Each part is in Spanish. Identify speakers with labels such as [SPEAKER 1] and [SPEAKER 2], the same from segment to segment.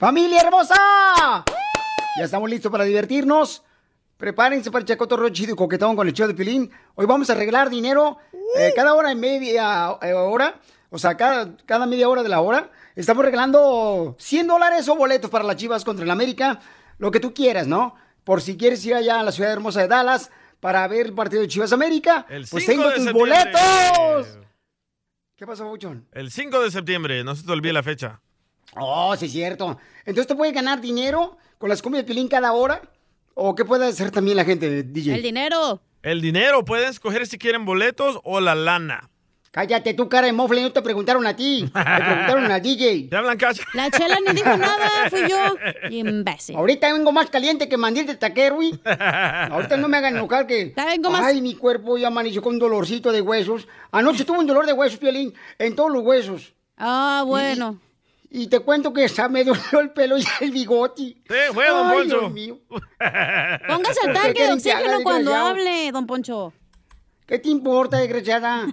[SPEAKER 1] ¡Familia hermosa! Ya estamos listos para divertirnos. Prepárense para el Chacotorro Chido y Coquetón con el show de Pilín. Hoy vamos a arreglar dinero eh, cada hora y media eh, hora. O sea, cada, cada media hora de la hora. Estamos regalando 100 dólares o boletos para las chivas contra el América. Lo que tú quieras, ¿no? Por si quieres ir allá a la ciudad hermosa de Dallas para ver el partido de Chivas América.
[SPEAKER 2] El
[SPEAKER 1] pues
[SPEAKER 2] 5
[SPEAKER 1] tengo
[SPEAKER 2] de
[SPEAKER 1] tus
[SPEAKER 2] septiembre.
[SPEAKER 1] boletos. ¿Qué pasó, Buchón?
[SPEAKER 2] El 5 de septiembre, no se te olvide la fecha.
[SPEAKER 1] Oh, sí es cierto. Entonces tú puedes ganar dinero con las cumbias de Pilín cada hora. ¿O qué puede hacer también la gente, DJ?
[SPEAKER 2] El
[SPEAKER 1] dinero.
[SPEAKER 2] El dinero, pueden escoger si quieren boletos o la lana.
[SPEAKER 1] Cállate tú, cara de mofle, no te preguntaron a ti. Te preguntaron al DJ.
[SPEAKER 2] Te hablan cacha.
[SPEAKER 1] La chela
[SPEAKER 3] ni dijo nada, fui yo. Imbécil.
[SPEAKER 1] Ahorita vengo más caliente que mandil de taquero, güey. Ahorita no me hagan enojar que... Ay, mi cuerpo ya amaneció con un dolorcito de huesos. Anoche tuve un dolor de huesos, Piolín, en todos los huesos. Ah,
[SPEAKER 3] bueno.
[SPEAKER 1] Y, y te cuento que ya me dolió el pelo y el bigote. Sí,
[SPEAKER 2] fue, don
[SPEAKER 1] Ay,
[SPEAKER 2] Poncho.
[SPEAKER 1] Dios mío.
[SPEAKER 3] Póngase el tanque de oxígeno cuando hable, don Poncho.
[SPEAKER 1] ¿Qué te importa, desgraciada?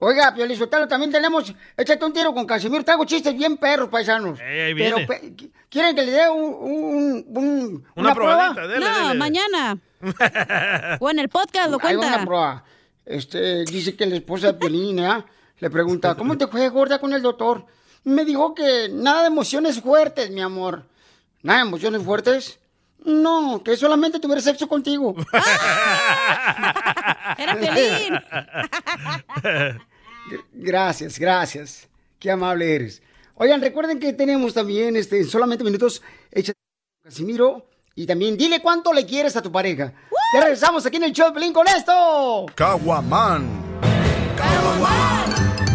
[SPEAKER 1] Oiga, Piolín Sotelo, también tenemos... Échate un tiro con Casimiro. Te hago chistes bien perros, paisanos.
[SPEAKER 2] ahí
[SPEAKER 1] Pero,
[SPEAKER 2] viene.
[SPEAKER 1] pe- ¿qu- ¿quieren que le dé un, un- un-
[SPEAKER 2] Una probadita, dele,
[SPEAKER 3] no,
[SPEAKER 2] dele.
[SPEAKER 3] mañana. O en el podcast lo
[SPEAKER 1] Ahí va
[SPEAKER 3] cuenta.
[SPEAKER 1] una proa. Este, dice que la esposa de Piolín, ¿ah? Le pregunta, ¿cómo te fue gorda con el doctor? Me dijo que nada de emociones fuertes, mi amor. ¿Nada de emociones fuertes? No, que solamente tuviera sexo contigo.
[SPEAKER 3] Era
[SPEAKER 1] Piolín. Gracias, gracias. Qué amable eres. Oigan, recuerden que tenemos también, este, en solamente minutos, échate un Casimiro. Y también dile cuánto le quieres a tu pareja. Ya regresamos aquí en el show de Piolín con esto.
[SPEAKER 4] Caguaman.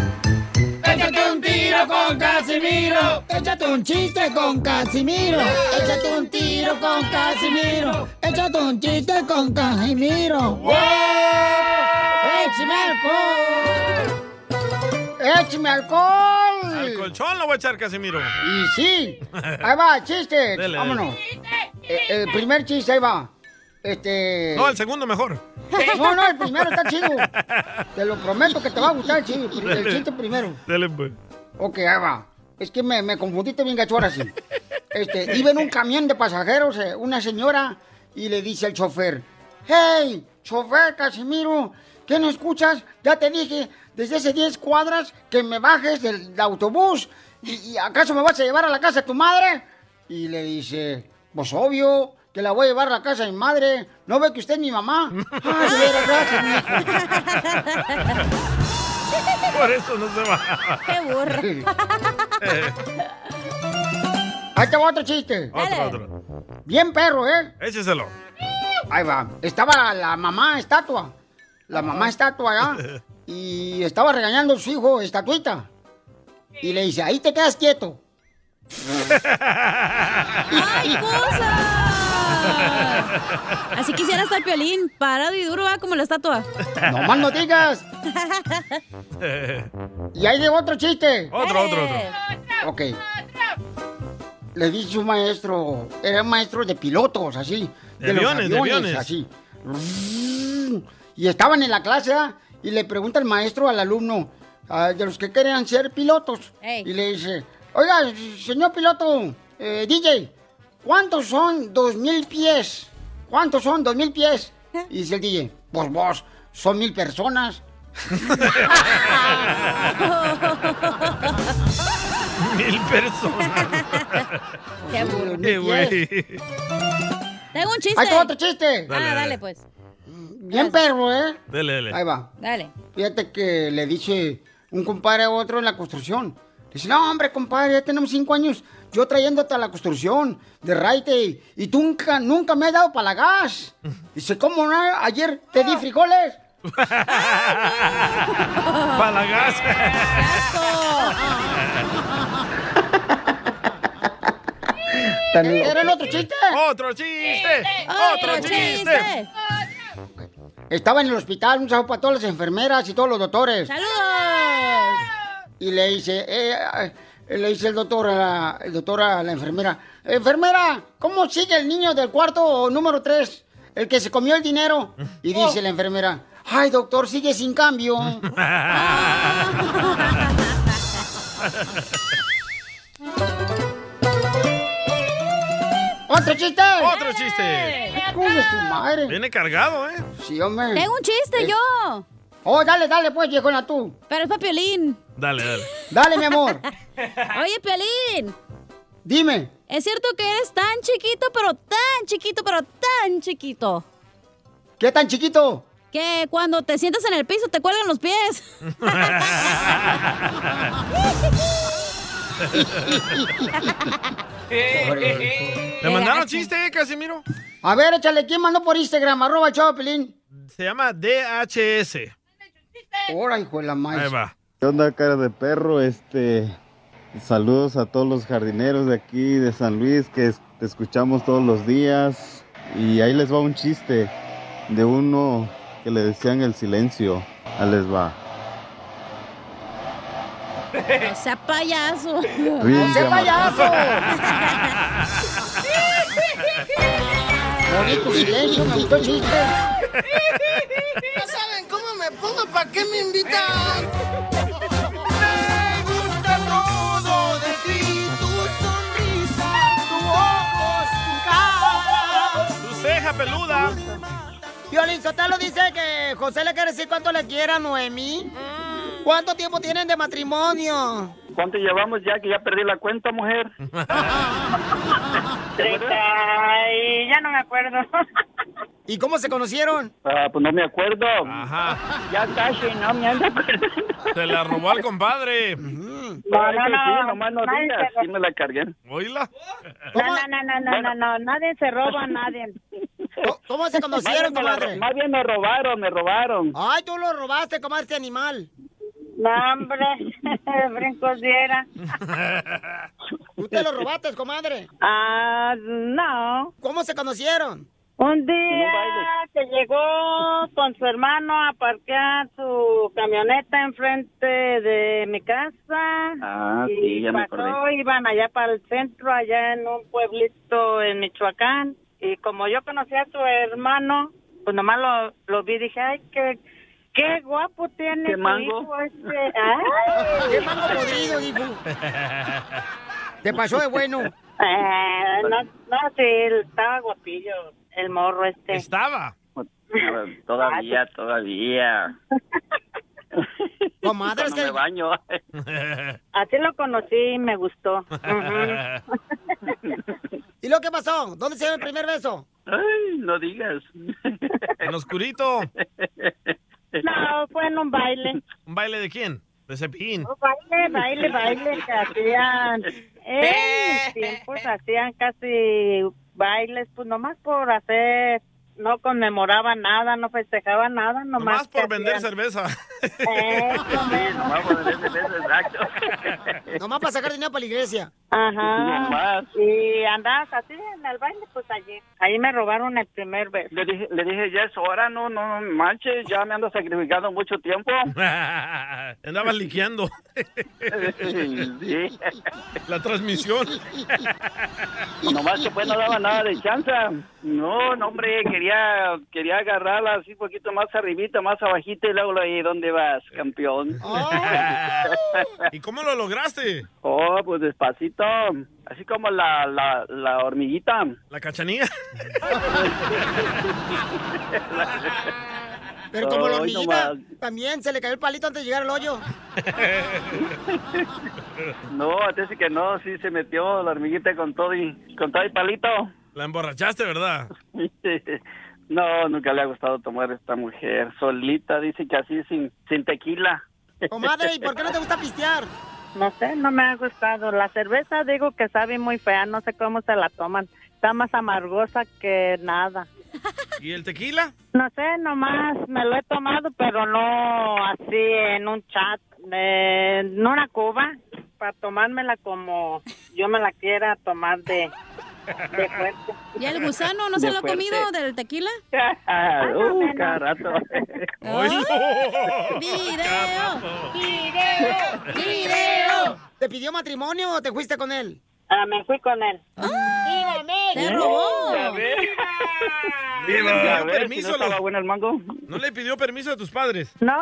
[SPEAKER 1] Échate un tiro con Casimiro. Échate un chiste con Casimiro. Échate un tiro con Casimiro. Échate un chiste con Casimiro. ¡Wow! ¡Échame alcohol! ¡Échame alcohol!
[SPEAKER 2] Al colchón lo voy a echar, Casimiro.
[SPEAKER 1] Y sí. Ahí va, chiste.
[SPEAKER 2] Dele,
[SPEAKER 1] Vámonos. Eh, el primer chiste, ahí va. Este.
[SPEAKER 2] No, el segundo mejor.
[SPEAKER 1] No, no, el primero está chido. Te lo prometo que te va a gustar el chiste, el chiste primero.
[SPEAKER 2] Dele, pues.
[SPEAKER 1] Ok, ahí va. Es que me, me confundiste bien gacho ahora sí. Este, iba en un camión de pasajeros eh, una señora y le dice al chofer, ¡Hey, chofer Casimiro! ¿Qué no escuchas? Ya te dije desde hace 10 cuadras que me bajes del, del autobús. ¿Y, y acaso me vas a llevar a la casa de tu madre? Y le dice, pues obvio, que la voy a llevar a la casa de mi madre. ¿No ve que usted es mi mamá? Ay, de veras, gracias, mi hijo.
[SPEAKER 2] Por eso no se va.
[SPEAKER 3] Qué
[SPEAKER 2] burro.
[SPEAKER 1] Ahí te va otro chiste.
[SPEAKER 2] otro, otro.
[SPEAKER 1] Bien perro, ¿eh?
[SPEAKER 2] Écheselo.
[SPEAKER 1] Ahí va. Estaba la mamá estatua. La mamá
[SPEAKER 2] Ah.
[SPEAKER 1] estatua allá. Y estaba regañando a su hijo estatuita. Y le dice, ahí te quedas quieto.
[SPEAKER 3] ¡Ay, cosa! Así quisiera estar Piolín, parado y duro, va como la estatua.
[SPEAKER 1] No más no digas. Y ahí llegó otro chiste.
[SPEAKER 2] Otro, otro, otro.
[SPEAKER 3] Eh.
[SPEAKER 1] Ok. Le dice un maestro, era un maestro de pilotos, así.
[SPEAKER 2] De
[SPEAKER 1] los
[SPEAKER 2] aviones, de aviones.
[SPEAKER 1] Así. Mm, Y estaban en la clase ¿ah? y le pregunta el maestro al alumno, ah, de los que querían ser pilotos. Y le dice, oiga, señor piloto, eh, DJ, ¿cuántos son dos mil pies? ¿Cuántos son dos mil pies? Y dice el DJ, pues vos, son mil personas.
[SPEAKER 2] Mil personas.
[SPEAKER 3] Qué burro.
[SPEAKER 2] Qué güey.
[SPEAKER 3] Tengo un chiste.
[SPEAKER 1] Ahí está otro chiste.
[SPEAKER 3] ah, dale, pues.
[SPEAKER 1] Bien perro, ¿eh?
[SPEAKER 2] Dele, dele.
[SPEAKER 1] Ahí va.
[SPEAKER 3] Dale.
[SPEAKER 1] Fíjate que le dice un compadre a otro en la construcción. Le dice, no, hombre, compadre, ya tenemos cinco años yo trayéndote a la construcción de Raite y tú nunca, nunca me has dado para la gas. Dice, ¿cómo no? Ayer te di frijoles.
[SPEAKER 2] Para la gas.
[SPEAKER 1] ¿Quieren otro chiste?
[SPEAKER 2] Otro chiste. Otro chiste.
[SPEAKER 1] Estaba en el hospital, un saludo para todas las enfermeras y todos los doctores.
[SPEAKER 3] ¡Saludos!
[SPEAKER 1] Y le dice, eh, eh, le dice el doctor a la, el doctor a la enfermera, enfermera, ¿cómo sigue el niño del cuarto número 3? El que se comió el dinero. Y
[SPEAKER 2] Oh.
[SPEAKER 1] dice la enfermera, ay doctor, sigue sin cambio. ¡Otro chiste!
[SPEAKER 2] ¡Otro chiste!
[SPEAKER 1] ¡Coño, su madre!
[SPEAKER 2] Viene cargado, ¿eh?
[SPEAKER 1] Sí, hombre.
[SPEAKER 3] Tengo un chiste
[SPEAKER 1] Eh,
[SPEAKER 3] yo.
[SPEAKER 1] Oh, dale, dale, pues, viejona, tú.
[SPEAKER 3] Pero es para Piolín.
[SPEAKER 2] Dale, dale.
[SPEAKER 1] Dale, mi amor.
[SPEAKER 3] Oye, Piolín.
[SPEAKER 1] Dime.
[SPEAKER 3] Es cierto que eres tan chiquito, pero tan chiquito, pero tan chiquito.
[SPEAKER 1] ¿Qué tan chiquito?
[SPEAKER 3] Que cuando te sientas en el piso te cuelgan los pies.
[SPEAKER 2] ¿Te mandaron chiste, eh, Casimiro?
[SPEAKER 1] A ver, échale, ¿quién mandó por Instagram? Arroba el show de Pelín.
[SPEAKER 2] Se llama DHS.
[SPEAKER 1] Ahora, hijo de la madre.
[SPEAKER 2] Ahí va.
[SPEAKER 4] ¿Qué onda, cara de perro? Este, saludos a todos los jardineros de aquí de San Luis que es- te escuchamos todos los días. Y ahí les va un chiste de uno que le decían el silencio. Ahí les va.
[SPEAKER 3] O sea, payaso.
[SPEAKER 1] ¡No sea
[SPEAKER 4] Ríe,
[SPEAKER 1] payaso! Bonito silencio, me gustó el chiste.
[SPEAKER 5] Ya saben cómo me pongo, ¿para qué me invitan? Me gusta todo de ti, tu sonrisa, tus ojos, tu cara.
[SPEAKER 2] Tu ceja peluda.
[SPEAKER 5] Violín Sotelo dice que José le quiere decir cuánto le quiera a Noemí.
[SPEAKER 6] Mm.
[SPEAKER 5] ¿Cuánto tiempo tienen de matrimonio?
[SPEAKER 7] ¿Cuánto llevamos ya? Que ya perdí la cuenta, mujer.
[SPEAKER 6] Treinta y ya no me acuerdo.
[SPEAKER 5] ¿Y cómo se conocieron?
[SPEAKER 7] Ah, pues no me acuerdo.
[SPEAKER 2] Ajá.
[SPEAKER 7] Ya casi no me ando acordando.
[SPEAKER 2] Se la robó al compadre.
[SPEAKER 7] No, no, no. nomás no
[SPEAKER 6] nadie
[SPEAKER 7] digas.
[SPEAKER 6] se ro-
[SPEAKER 7] Sí me la cargué.
[SPEAKER 2] Oíla.
[SPEAKER 6] No, no, no, no, no, no, no, nadie se roba a nadie.
[SPEAKER 5] ¿Cómo- ¿Cómo se
[SPEAKER 7] Más bien,
[SPEAKER 5] conocieron,
[SPEAKER 7] me la-
[SPEAKER 5] comadre?
[SPEAKER 7] más bien me robaron, me robaron.
[SPEAKER 5] Ay, tú lo robaste, comadre, este animal.
[SPEAKER 6] No, hombre, brincos diera.
[SPEAKER 5] Tú te lo robaste, comadre.
[SPEAKER 6] Ah, no.
[SPEAKER 5] ¿Cómo se conocieron?
[SPEAKER 6] Un
[SPEAKER 7] un baile.
[SPEAKER 6] día que llegó con su hermano a parquear su camioneta enfrente de mi casa.
[SPEAKER 7] Ah,
[SPEAKER 6] y
[SPEAKER 7] sí, ya me
[SPEAKER 6] pasó,
[SPEAKER 7] acordé.
[SPEAKER 6] iban allá para el centro, allá en un pueblito en Michoacán. Y como yo conocía a su hermano, pues nomás lo, lo vi y dije, ay, qué, qué guapo tiene
[SPEAKER 7] ¿Qué
[SPEAKER 6] tu
[SPEAKER 7] mango?
[SPEAKER 6] hijo este. Ay,
[SPEAKER 5] ¿Qué mango podrido, dijo? Te pasó de bueno.
[SPEAKER 6] eh, no, no, sí, él estaba guapillo, el morro este.
[SPEAKER 2] Estaba.
[SPEAKER 7] Todavía, todavía.
[SPEAKER 5] Comadre, es
[SPEAKER 7] No me
[SPEAKER 5] que
[SPEAKER 7] baño.
[SPEAKER 6] Así lo conocí y me gustó. Ujú.
[SPEAKER 5] ¿Y lo que pasó? ¿Dónde se dio el primer beso?
[SPEAKER 7] Ay, no digas.
[SPEAKER 2] En oscurito.
[SPEAKER 6] No, fue en un baile.
[SPEAKER 2] ¿Un baile de quién? De Cepillín.
[SPEAKER 6] Oh, Baile, baile, baile que hacían. En mis tiempos hacían casi bailes, pues nomás por hacer, no conmemoraban nada, no festejaban nada, nomás.
[SPEAKER 2] Más por
[SPEAKER 6] que
[SPEAKER 2] vender
[SPEAKER 6] hacían.
[SPEAKER 2] cerveza.
[SPEAKER 6] Eso menos.
[SPEAKER 7] Vamos a ver, ese beso exacto.
[SPEAKER 5] Nomás para sacar dinero para la iglesia.
[SPEAKER 6] Ajá.
[SPEAKER 7] Nomás.
[SPEAKER 6] Y andabas así en el baile, pues allí. Ahí me robaron el primer beso.
[SPEAKER 7] Le dije, le dije, ya es hora, no, no manches, ya me ando sacrificando mucho tiempo.
[SPEAKER 2] Andaba liqueando
[SPEAKER 7] Sí.
[SPEAKER 2] la transmisión.
[SPEAKER 7] Nomás que pues no daba nada de chance. No, no, hombre, quería, quería agarrarla así poquito más arribita, más abajita y luego ahí, ¿dónde vas, campeón?
[SPEAKER 2] ¿Y cómo lo lograste?
[SPEAKER 7] Oh, pues despacito, así como la, la, la hormiguita.
[SPEAKER 2] ¿La cachanilla?
[SPEAKER 5] Pero como la
[SPEAKER 7] Ay,
[SPEAKER 5] hormiguita,
[SPEAKER 7] nomás.
[SPEAKER 5] también se le cayó el palito antes de llegar al hoyo.
[SPEAKER 7] No, antes que no, sí se metió la hormiguita con todo y, con todo y palito.
[SPEAKER 2] La emborrachaste, ¿verdad?
[SPEAKER 7] Este, No, nunca le ha gustado tomar esta mujer, solita, dice que así sin, sin tequila.
[SPEAKER 5] Comadre, ¿y por qué no te gusta pistear?
[SPEAKER 6] No sé, no me ha gustado. La cerveza digo que sabe muy fea, no sé cómo se la toman. Está más amargosa que nada.
[SPEAKER 2] ¿Y el tequila?
[SPEAKER 6] No sé, nomás me lo he tomado, pero no así en un chat, eh, en una cuba, para tomármela como yo me la quiera tomar de, de fuerte.
[SPEAKER 3] ¿Y el gusano no se
[SPEAKER 7] De
[SPEAKER 3] lo ha
[SPEAKER 7] fuerte.
[SPEAKER 3] comido del tequila?
[SPEAKER 7] uh, cada rato.
[SPEAKER 2] ¡Oilo!
[SPEAKER 3] Video.
[SPEAKER 6] ¡Video!
[SPEAKER 5] ¿Te pidió matrimonio o te fuiste con él?
[SPEAKER 6] Ah, me fui con él.
[SPEAKER 3] Ah, Te robó.
[SPEAKER 2] ¿No le
[SPEAKER 7] A
[SPEAKER 2] pidió
[SPEAKER 7] ver, si
[SPEAKER 2] permiso
[SPEAKER 7] no
[SPEAKER 2] a los-
[SPEAKER 7] estaba bueno el mango.
[SPEAKER 2] ¿No le pidió permiso a tus padres?
[SPEAKER 6] No,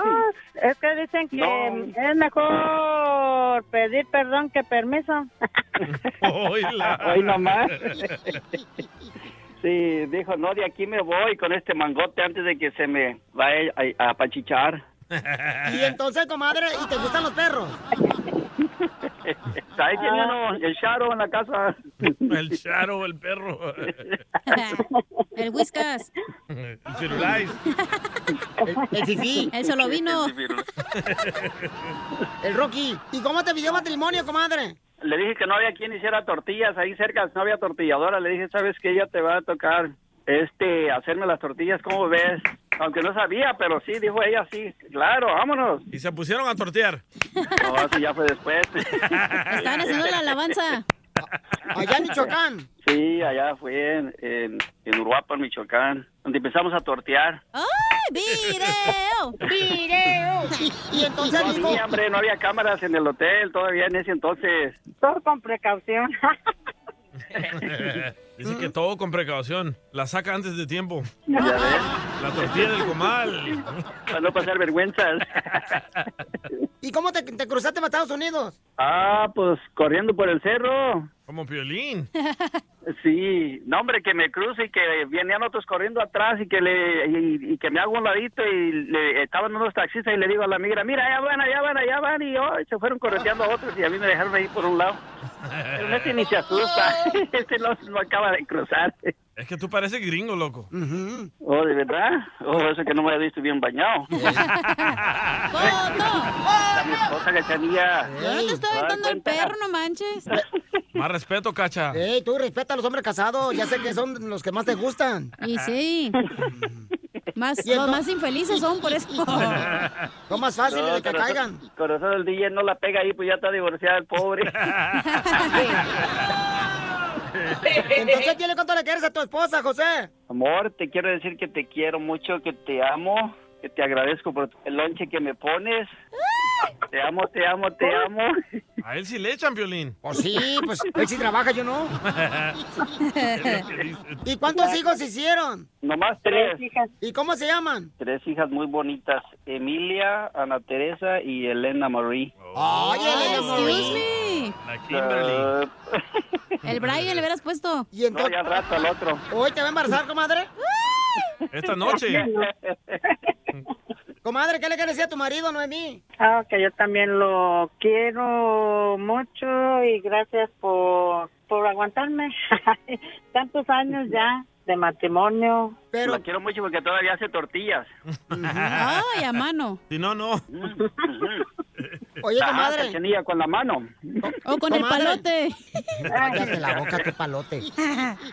[SPEAKER 6] es que dicen que
[SPEAKER 7] No.
[SPEAKER 6] es mejor por pedir perdón que permiso.
[SPEAKER 7] Hoy nomás. Sí, dijo, no, de aquí me voy con este mangote antes de que se me vaya a, a apachichar.
[SPEAKER 5] Y entonces, comadre, ¿y te gustan los perros?
[SPEAKER 7] Ahí
[SPEAKER 5] Ah.
[SPEAKER 7] tiene uno, el Charo en la casa.
[SPEAKER 2] El Charo, el perro.
[SPEAKER 3] El Whiskas.
[SPEAKER 2] El Firulais.
[SPEAKER 5] El Fifi,
[SPEAKER 3] El solo vino.
[SPEAKER 5] el Rocky. ¿Y cómo te pidió matrimonio, comadre?
[SPEAKER 7] Le dije que no había quien hiciera tortillas ahí cerca, no había tortilladora. Le dije, ¿sabes qué? Ya te va a tocar este hacerme las tortillas, ¿cómo ves? Aunque no sabía, pero sí, dijo ella, sí. Claro, vámonos.
[SPEAKER 2] Y se pusieron a tortear.
[SPEAKER 7] No, eso ya fue después.
[SPEAKER 3] Ah, Estaban haciendo la alabanza.
[SPEAKER 5] Allá en Michoacán.
[SPEAKER 7] Sí, allá fue en, en, en Uruapan, Michoacán, donde empezamos a tortear.
[SPEAKER 3] ¡Ay, video! ¡Video!
[SPEAKER 5] Y entonces
[SPEAKER 7] No
[SPEAKER 5] dijo,
[SPEAKER 7] había, hombre, no había cámaras en el hotel todavía en ese entonces.
[SPEAKER 6] Todo con precaución.
[SPEAKER 2] Dice que todo con precaución. La saca antes de tiempo.
[SPEAKER 7] Ya ves,
[SPEAKER 2] La tortilla del comal.
[SPEAKER 7] para no pasar vergüenzas.
[SPEAKER 5] ¿y cómo te, te cruzaste para Estados Unidos?
[SPEAKER 7] Ah, pues corriendo por el cerro.
[SPEAKER 2] Como piolín.
[SPEAKER 7] Sí, no, hombre, que me cruce y que venían otros corriendo atrás y que le y, y que me hago un ladito y le, estaban unos taxistas y le digo a la migra, mira, allá van, allá van, allá van y oh, y se fueron correteando a otros y a mí me dejaron ahí por un lado. Pero este ni se asusta, este no, no acaba de cruzar.
[SPEAKER 2] Es que tú pareces gringo, loco.
[SPEAKER 7] Oh, ¿de verdad? Oh, eso que no me había visto bien bañado.
[SPEAKER 3] ¡Foto!
[SPEAKER 7] A mi esposa que tenía...
[SPEAKER 3] Yo no te estoy aventando el perro, no manches.
[SPEAKER 2] Más respeto, cacha.
[SPEAKER 5] Ey, tú respeta a los hombres casados, ya sé que son los que más te gustan.
[SPEAKER 3] Y sí. Más,
[SPEAKER 5] Y el
[SPEAKER 3] los
[SPEAKER 5] no-
[SPEAKER 3] más infelices son por eso.
[SPEAKER 5] Son más fáciles
[SPEAKER 7] No,
[SPEAKER 5] de que
[SPEAKER 7] corazón-
[SPEAKER 5] caigan.
[SPEAKER 7] Corazón del DJ no la pega ahí, pues ya está divorciada el pobre.
[SPEAKER 5] Entonces, dile cuánto le quieres a tu esposa, José.
[SPEAKER 7] Amor, te quiero decir que te quiero mucho, que te amo, que te agradezco por el lonche que me pones. Te amo, te amo, te amo.
[SPEAKER 2] A él sí le echan piolín.
[SPEAKER 5] Pues sí, pues él sí trabaja, yo no. ¿Y cuántos hijos hicieron?
[SPEAKER 7] Nomás
[SPEAKER 6] Tres
[SPEAKER 7] tres.
[SPEAKER 6] hijas.
[SPEAKER 5] ¿Y cómo se llaman?
[SPEAKER 7] Tres hijas muy bonitas. Emilia, Ana Teresa y Elena Marie.
[SPEAKER 5] Ay, Elena
[SPEAKER 3] Excuse
[SPEAKER 5] Marie.
[SPEAKER 3] me.
[SPEAKER 2] La Kimberly.
[SPEAKER 7] Ah,
[SPEAKER 3] El Brian le hubieras puesto.
[SPEAKER 5] Y
[SPEAKER 7] no,
[SPEAKER 5] entonces,
[SPEAKER 7] ya al rato al otro.
[SPEAKER 5] ¿hoy te va a embarazar, comadre?
[SPEAKER 2] Esta noche.
[SPEAKER 5] Comadre, ¿qué le quieres decir a tu marido, Noemí?
[SPEAKER 6] Ah, que yo también lo quiero mucho y gracias por, por aguantarme tantos años ya de matrimonio.
[SPEAKER 5] Pero,
[SPEAKER 7] La quiero mucho porque todavía hace tortillas.
[SPEAKER 3] ¡Ay, a mano!
[SPEAKER 2] Si no, no.
[SPEAKER 5] oye,
[SPEAKER 7] Ah,
[SPEAKER 5] comadre.
[SPEAKER 7] cachanilla con la mano.
[SPEAKER 3] O con el
[SPEAKER 5] Comadre.
[SPEAKER 3] palote.
[SPEAKER 5] Cállate la boca, tu palote.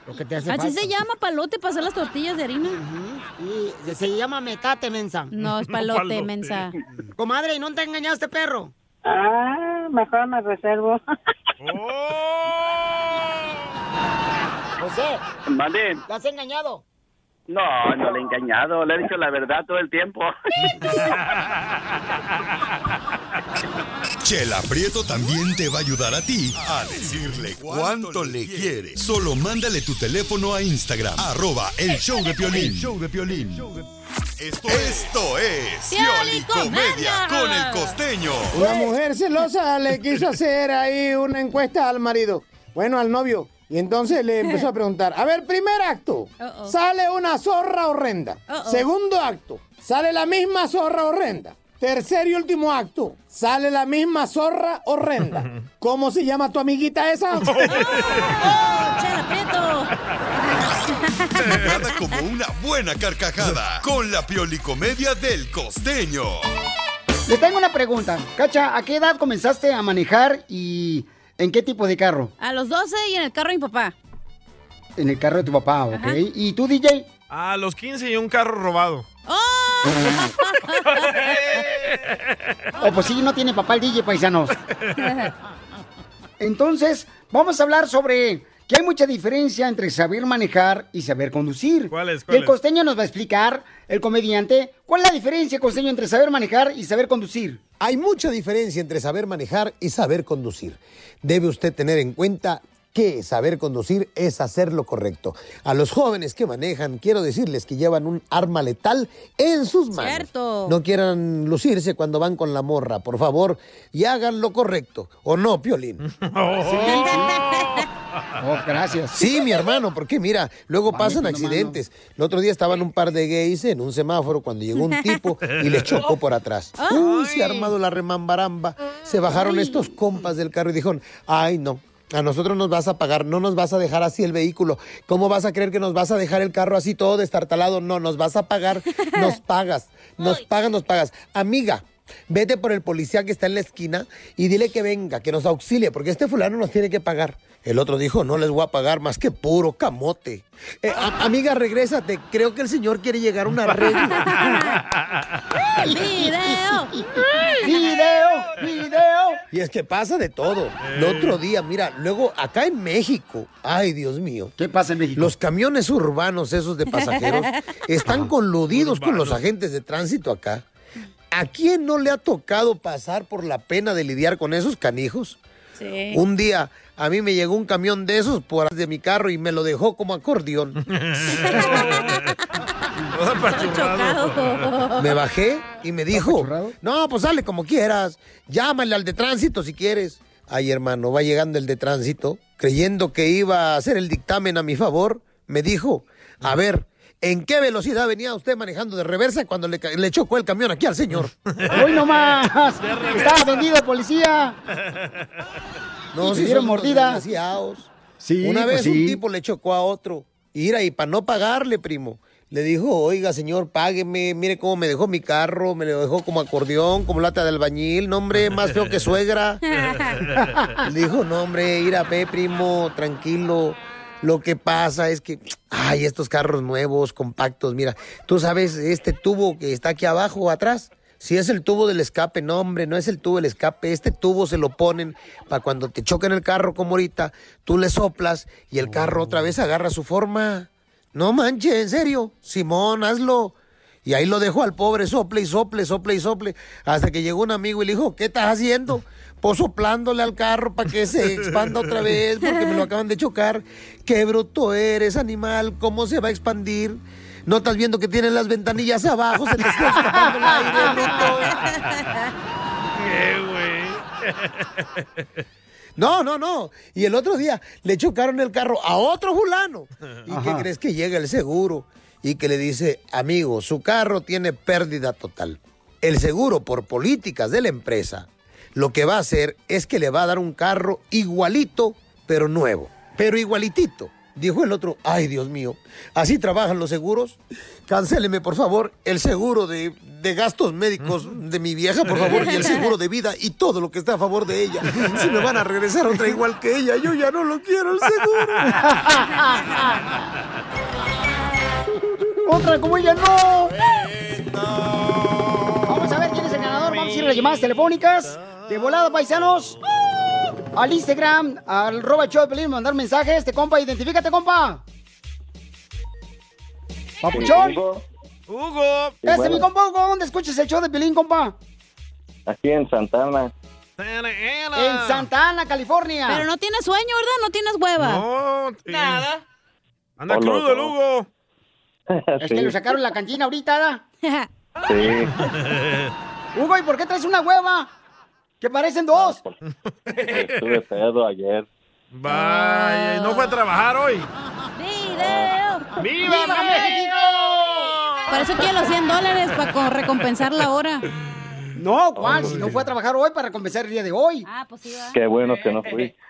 [SPEAKER 5] Lo que te hace
[SPEAKER 3] Así
[SPEAKER 5] falta.
[SPEAKER 3] se llama palote para hacer las tortillas de harina.
[SPEAKER 5] Ujú. Y se llama metate, mensa.
[SPEAKER 3] No, es
[SPEAKER 2] No,
[SPEAKER 3] palote,
[SPEAKER 2] palote.
[SPEAKER 3] mensa.
[SPEAKER 5] Comadre, ¿y no te ha engañado este perro?
[SPEAKER 6] Ah, mejor me reservo.
[SPEAKER 2] ¡Oh!
[SPEAKER 5] José,
[SPEAKER 7] Mande.
[SPEAKER 5] ¿lo has engañado?
[SPEAKER 7] No, no le he engañado. Le he dicho la verdad todo el tiempo.
[SPEAKER 8] Chela Prieto también te va a ayudar a ti a decirle Ah. cuánto le quiere. Solo mándale tu teléfono a Instagram, arroba el show de Piolín. show de Piolín. Esto, Esto es
[SPEAKER 3] Piolicomedia.
[SPEAKER 8] Piolicomedia con el costeño.
[SPEAKER 9] Una
[SPEAKER 3] Pues,
[SPEAKER 9] mujer celosa le quiso hacer ahí una encuesta al marido, bueno, al novio, y entonces le empezó a preguntar, a ver, primer acto,
[SPEAKER 3] Uh-oh.
[SPEAKER 9] sale una zorra horrenda,
[SPEAKER 3] Uh-oh.
[SPEAKER 9] segundo acto, sale la misma zorra horrenda, tercer y último acto, sale la misma zorra horrenda. ¿Cómo se llama tu amiguita esa?
[SPEAKER 10] Ah,
[SPEAKER 3] ¡Oh, chela, Prieto!
[SPEAKER 8] Nada como una buena carcajada con la Piolicomedia del costeño.
[SPEAKER 1] Les tengo una pregunta. Cacha, ¿a qué edad comenzaste a manejar y en qué tipo de carro?
[SPEAKER 3] A los 12 y en el carro de mi papá.
[SPEAKER 1] En el carro de tu papá, ¿ok?
[SPEAKER 3] Ajá.
[SPEAKER 1] ¿Y tú, DJ?
[SPEAKER 2] A los 15 y un carro robado.
[SPEAKER 3] ¡Oh!
[SPEAKER 5] Oh,
[SPEAKER 1] O pues sí, no tiene papá el DJ, paisanos. Entonces, vamos a hablar sobre que hay mucha diferencia entre saber manejar y saber conducir.
[SPEAKER 2] ¿Cuál es?
[SPEAKER 1] Y
[SPEAKER 2] ¿Cuál
[SPEAKER 1] el
[SPEAKER 2] es?
[SPEAKER 1] costeño nos va a explicar, el comediante, cuál es la diferencia, costeño, entre saber manejar y saber conducir.
[SPEAKER 9] Hay mucha diferencia entre saber manejar y saber conducir. Debe usted tener en cuenta
[SPEAKER 11] que saber conducir es hacer lo correcto. A los jóvenes que manejan, quiero decirles que llevan un arma letal en sus manos.
[SPEAKER 3] Cierto.
[SPEAKER 11] No quieran lucirse cuando van con la morra, por favor, y hagan lo correcto. ¿O no, Piolín?
[SPEAKER 1] Oh, gracias.
[SPEAKER 11] Sí, mi hermano, porque mira, luego
[SPEAKER 1] Va
[SPEAKER 11] pasan
[SPEAKER 1] metiendo
[SPEAKER 11] accidentes. El otro día estaban un par de gays en un semáforo cuando llegó un tipo y les chocó por atrás. Uy, se ha armado la remambaramba. Se bajaron estos compas del carro y dijeron, ay no. A nosotros nos vas a pagar, no nos vas a dejar así el vehículo. ¿Cómo vas a creer que nos vas a dejar el carro así todo destartalado? No, nos vas a pagar, nos pagas, nos pagas, nos pagas. Amiga, Vete por el policía que está en la esquina y dile que venga, que nos auxilie, porque este fulano nos tiene que pagar. El otro dijo, no les voy a pagar más que puro camote. Eh, a- amiga, regrésate, creo que el señor quiere llegar a un arreglo.
[SPEAKER 3] ¡Video!
[SPEAKER 1] ¡Video! ¡Video! Eh.
[SPEAKER 11] Y es que pasa de todo. El otro día, mira, luego acá en México, ay Dios mío.
[SPEAKER 1] ¿Qué pasa en México?
[SPEAKER 11] Los camiones urbanos esos de pasajeros están coludidos con los agentes de tránsito acá. ¿A quién no le ha tocado pasar por la pena de lidiar con esos canijos?
[SPEAKER 3] Sí.
[SPEAKER 11] Un día a mí me llegó un camión de esos por atrás de mi carro y me lo dejó como acordeón.
[SPEAKER 2] Todo
[SPEAKER 3] Chocado.
[SPEAKER 11] Me bajé y me dijo, no, pues sale como quieras, llámale al de tránsito si quieres. Ay, hermano, va llegando el de tránsito, creyendo que iba a hacer el dictamen a mi favor, me dijo,
[SPEAKER 1] Mm.
[SPEAKER 11] a ver, ¿en qué velocidad venía usted manejando de reversa cuando le, ca- le chocó el camión aquí al señor?
[SPEAKER 1] ¡Hoy nomás! ¡Estaba atendido, policía!
[SPEAKER 11] No,
[SPEAKER 1] Y
[SPEAKER 11] si
[SPEAKER 1] te dieron
[SPEAKER 11] son unos
[SPEAKER 1] mordida.
[SPEAKER 11] desgraciados.
[SPEAKER 1] Sí,
[SPEAKER 11] Una
[SPEAKER 1] pues
[SPEAKER 11] vez
[SPEAKER 1] sí.
[SPEAKER 11] un tipo le chocó a otro. Ira, y para no pagarle, primo, le dijo, oiga, señor, págueme, mire cómo me dejó mi carro, me lo dejó como acordeón, como lata de albañil, no, hombre, más feo que suegra. Le dijo, no, hombre, Ira, ve, primo, tranquilo. Lo que pasa es que, ay, estos carros nuevos, compactos, mira, tú sabes, este tubo que está aquí abajo, atrás, si es el tubo del escape, no, hombre, no es el tubo del escape, este tubo se lo ponen para cuando te choquen el carro como ahorita, tú le soplas y el carro otra vez agarra su forma. No manches, en serio, Simón, hazlo. Y ahí lo dejó al pobre, sople y sople, sople y sople, hasta que llegó un amigo y le dijo, ¿qué estás haciendo? Pues soplándole al carro para que se expanda otra vez, porque me lo acaban de chocar. Qué bruto eres, animal, ¿cómo se va a expandir? ¿No estás viendo que tienen las ventanillas abajo? Se te está escapando el aire, bruto.
[SPEAKER 2] ¿Qué, güey?
[SPEAKER 11] No, no, no. Y el otro día le chocaron el carro a otro fulano. ¿Y qué crees que llega el seguro? Y que le dice, amigo, su carro tiene pérdida total. El seguro, por políticas de la empresa, lo que va a hacer es que le va a dar un carro igualito, pero nuevo. Pero igualitito. Dijo el otro, ay Dios mío, así trabajan los seguros. Cancéleme, por favor, el seguro de, de gastos médicos de mi vieja, por favor, y el seguro de vida y todo lo que está a favor de ella. Si me van a regresar otra igual que ella, yo ya no lo quiero el seguro.
[SPEAKER 1] ¡Otra como ella, no! Vamos a ver quién es el ganador. Vamos a ir a las llamadas telefónicas. De volada, paisanos.
[SPEAKER 2] Ah.
[SPEAKER 1] Al Instagram, al roba show de Pelín, mandar mensajes. Este compa, identifícate, compa. Papuchón.
[SPEAKER 2] Hugo, Ah,
[SPEAKER 1] Ese es
[SPEAKER 12] bueno.
[SPEAKER 1] mi compa, Hugo. ¿Dónde escuchas el show de Pelín, compa?
[SPEAKER 12] Aquí en Santana.
[SPEAKER 2] Santa Ana.
[SPEAKER 1] En Santa Ana, California.
[SPEAKER 3] Pero no tienes sueño, ¿verdad? No tienes hueva.
[SPEAKER 2] No, nada. Anda
[SPEAKER 12] Hola,
[SPEAKER 2] crudo el
[SPEAKER 12] no.
[SPEAKER 2] Hugo.
[SPEAKER 1] Es
[SPEAKER 12] sí,
[SPEAKER 1] que Este, lo sacaron la cantina ahorita, ¿da?
[SPEAKER 12] sí.
[SPEAKER 1] Hugo, ¿y por qué traes una hueva? Que parecen dos.
[SPEAKER 12] Estuve pedo ayer.
[SPEAKER 2] Vaya, ¿y no fue a trabajar hoy.
[SPEAKER 3] ¡Video!
[SPEAKER 2] ¡Viva, México!
[SPEAKER 3] Por eso quiero los 100 dólares para recompensar la hora.
[SPEAKER 1] No, Juan, si no fue a trabajar hoy para compensar el día de hoy.
[SPEAKER 3] Ah, pues sí, va.
[SPEAKER 12] Qué bueno que no fui.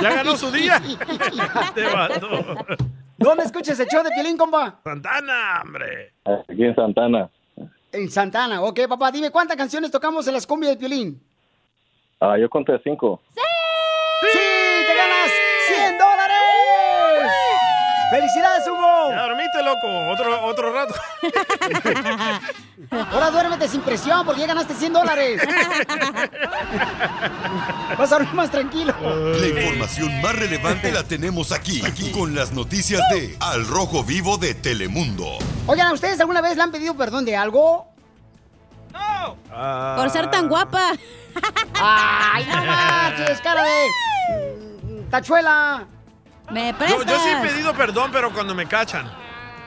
[SPEAKER 2] Ya ganó su día. Te mató.
[SPEAKER 1] ¿Dónde escuchas el show de Pelín, compa?
[SPEAKER 2] Santana, hombre.
[SPEAKER 12] Aquí en Santana.
[SPEAKER 1] En Santana. Ok, papá, dime cuántas canciones tocamos en las cumbias de Pelín.
[SPEAKER 12] Ah, yo conté cinco.
[SPEAKER 1] ¡Sí! ¡Te ganas 100 dólares! ¡Felicidades,
[SPEAKER 2] Ya
[SPEAKER 1] Hugo!
[SPEAKER 2] dormiste, loco. Otro, otro rato.
[SPEAKER 1] Ahora duérmete sin presión porque ya ganaste 100 dólares. Vas a dormir más tranquilo.
[SPEAKER 8] La información más relevante la tenemos aquí, aquí, con las noticias de Al Rojo Vivo de Telemundo.
[SPEAKER 1] Oigan, ¿a ustedes alguna vez le han pedido perdón de algo?
[SPEAKER 2] Ah.
[SPEAKER 3] Por ser tan guapa.
[SPEAKER 1] Ah, ¡Ay, no manches! ¡Cara de... ¡Tachuela!
[SPEAKER 3] ¿Me
[SPEAKER 2] Yo,
[SPEAKER 3] prestas?
[SPEAKER 2] yo sí he pedido perdón, pero cuando me cachan.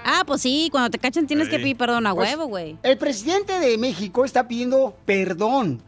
[SPEAKER 3] Ah, pues sí, cuando te cachan tienes que
[SPEAKER 2] Sí.
[SPEAKER 3] pedir perdón a
[SPEAKER 1] Pues,
[SPEAKER 3] huevo, güey.
[SPEAKER 1] El presidente de México está pidiendo perdón.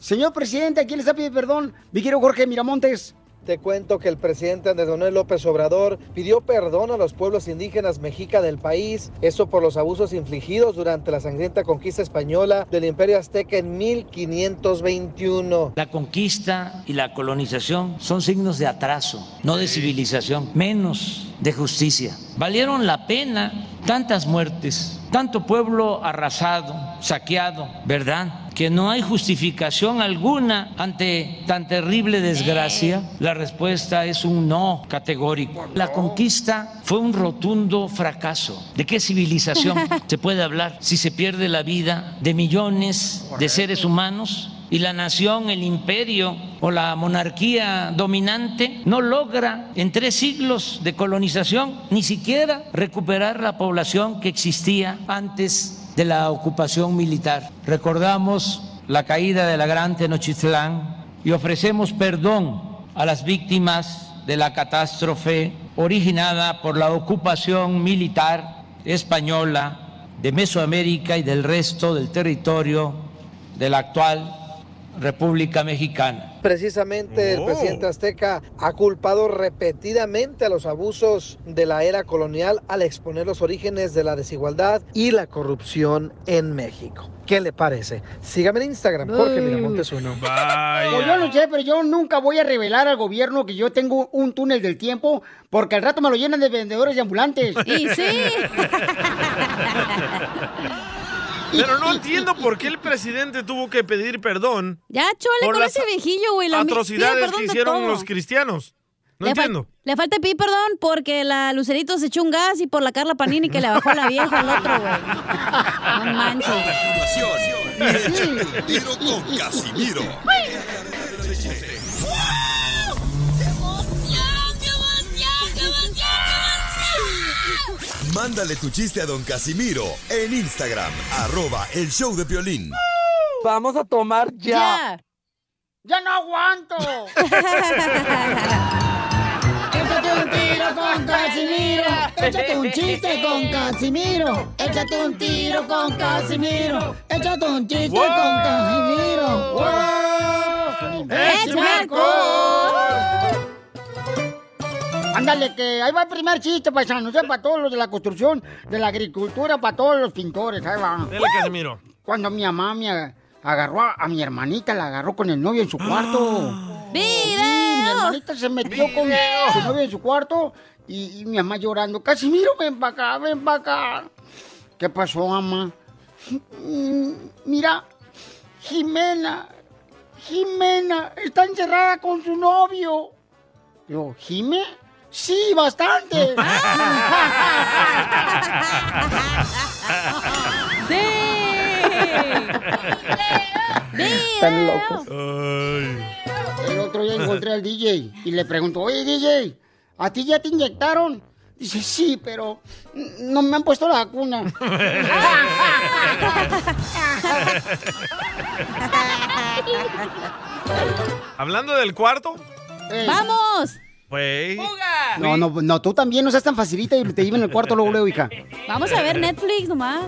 [SPEAKER 1] Señor presidente, ¿a quién le está pidiendo perdón? Viquero Jorge Miramontes.
[SPEAKER 13] Te cuento que el presidente Andrés Manuel López Obrador pidió perdón a los pueblos indígenas mexica del país, eso por los abusos infligidos durante la sangrienta conquista española del imperio azteca en 1521.
[SPEAKER 14] La conquista y la colonización son signos de atraso, no de civilización, menos de justicia. Valieron la pena tantas muertes, tanto pueblo arrasado, saqueado, ¿verdad? Que no hay justificación alguna ante tan terrible desgracia. La respuesta es un no categórico. La conquista fue un rotundo fracaso. ¿De qué civilización se puede hablar si se pierde la vida de millones de seres humanos? y la nación, el imperio o la monarquía dominante no logra en tres siglos de colonización ni siquiera recuperar la población que existía antes de la ocupación militar. Recordamos la caída de la Gran Tenochtitlán y ofrecemos perdón a las víctimas de la catástrofe originada por la ocupación militar española de Mesoamérica y del resto del territorio de la actual República Mexicana.
[SPEAKER 13] Precisamente el
[SPEAKER 14] Oh.
[SPEAKER 13] presidente azteca ha culpado repetidamente a los abusos de la era colonial al exponer los orígenes de la desigualdad y la corrupción en México. ¿Qué le parece? Sígame en Instagram, Jorge
[SPEAKER 1] Mm.
[SPEAKER 13] Miramontes uno.
[SPEAKER 1] Pues yo no sé, pero yo nunca voy a revelar al gobierno que yo tengo un túnel del tiempo porque al rato me lo llenan de vendedores de ambulantes.
[SPEAKER 3] Y sí.
[SPEAKER 2] Pero no entiendo por qué el presidente tuvo que pedir perdón
[SPEAKER 3] Ya, chole,
[SPEAKER 2] Por
[SPEAKER 3] con
[SPEAKER 2] las
[SPEAKER 3] ese viejillo, güey. la mi- pide
[SPEAKER 2] atrocidades
[SPEAKER 3] perdón de
[SPEAKER 2] que hicieron
[SPEAKER 3] todo.
[SPEAKER 2] los cristianos. No
[SPEAKER 3] le fal-
[SPEAKER 2] entiendo.
[SPEAKER 3] le falta pedir perdón porque la Lucerito se echó un gas y por la Carla Panini que le bajó la vieja al otro, güey. No manches.
[SPEAKER 8] Échate un Ah. tiro con Casimiro. Mándale tu chiste a don Casimiro en Instagram, arroba el show de violín.
[SPEAKER 13] Vamos a tomar
[SPEAKER 1] ya. ¡Ya no aguanto! Échate un tiro con Casimiro. Échate un chiste con Casimiro. Échate un tiro con Casimiro. Échate un chiste
[SPEAKER 5] ¡Wow!
[SPEAKER 1] con Casimiro. ¡Wow!
[SPEAKER 5] ¡Échame
[SPEAKER 1] alcohol! Ándale, que ahí va el primer chiste, paisano. Ya para todos los de la construcción, de la agricultura, para todos los pintores. Ahí va.
[SPEAKER 2] Dele, Casimiro.
[SPEAKER 1] Cuando mi mamá me ag- agarró a, a mi hermanita, la agarró con el novio en su cuarto. Sí, mi hermanita se metió con su novio en su cuarto y, y mi mamá llorando. Casimiro, ven para acá, ven para acá. ¿Qué pasó, mamá? "Mm, Mira, Jimena, Jimena está encerrada con su novio. Yo, ¿Jime? Sí, bastante.
[SPEAKER 5] Están locos.
[SPEAKER 1] El otro día encontré al DJ y le pregunto, oye DJ, ¿a ti ya te inyectaron? Dice, sí, pero n- no me han puesto la vacuna.
[SPEAKER 2] Hablando del cuarto,
[SPEAKER 3] ¡Vamos!
[SPEAKER 2] pues.
[SPEAKER 1] No, no, no, tú también no seas tan facilita y te llevan en el cuarto luego, luego, hija.
[SPEAKER 3] Vamos
[SPEAKER 2] Eh.
[SPEAKER 3] a ver Netflix nomás.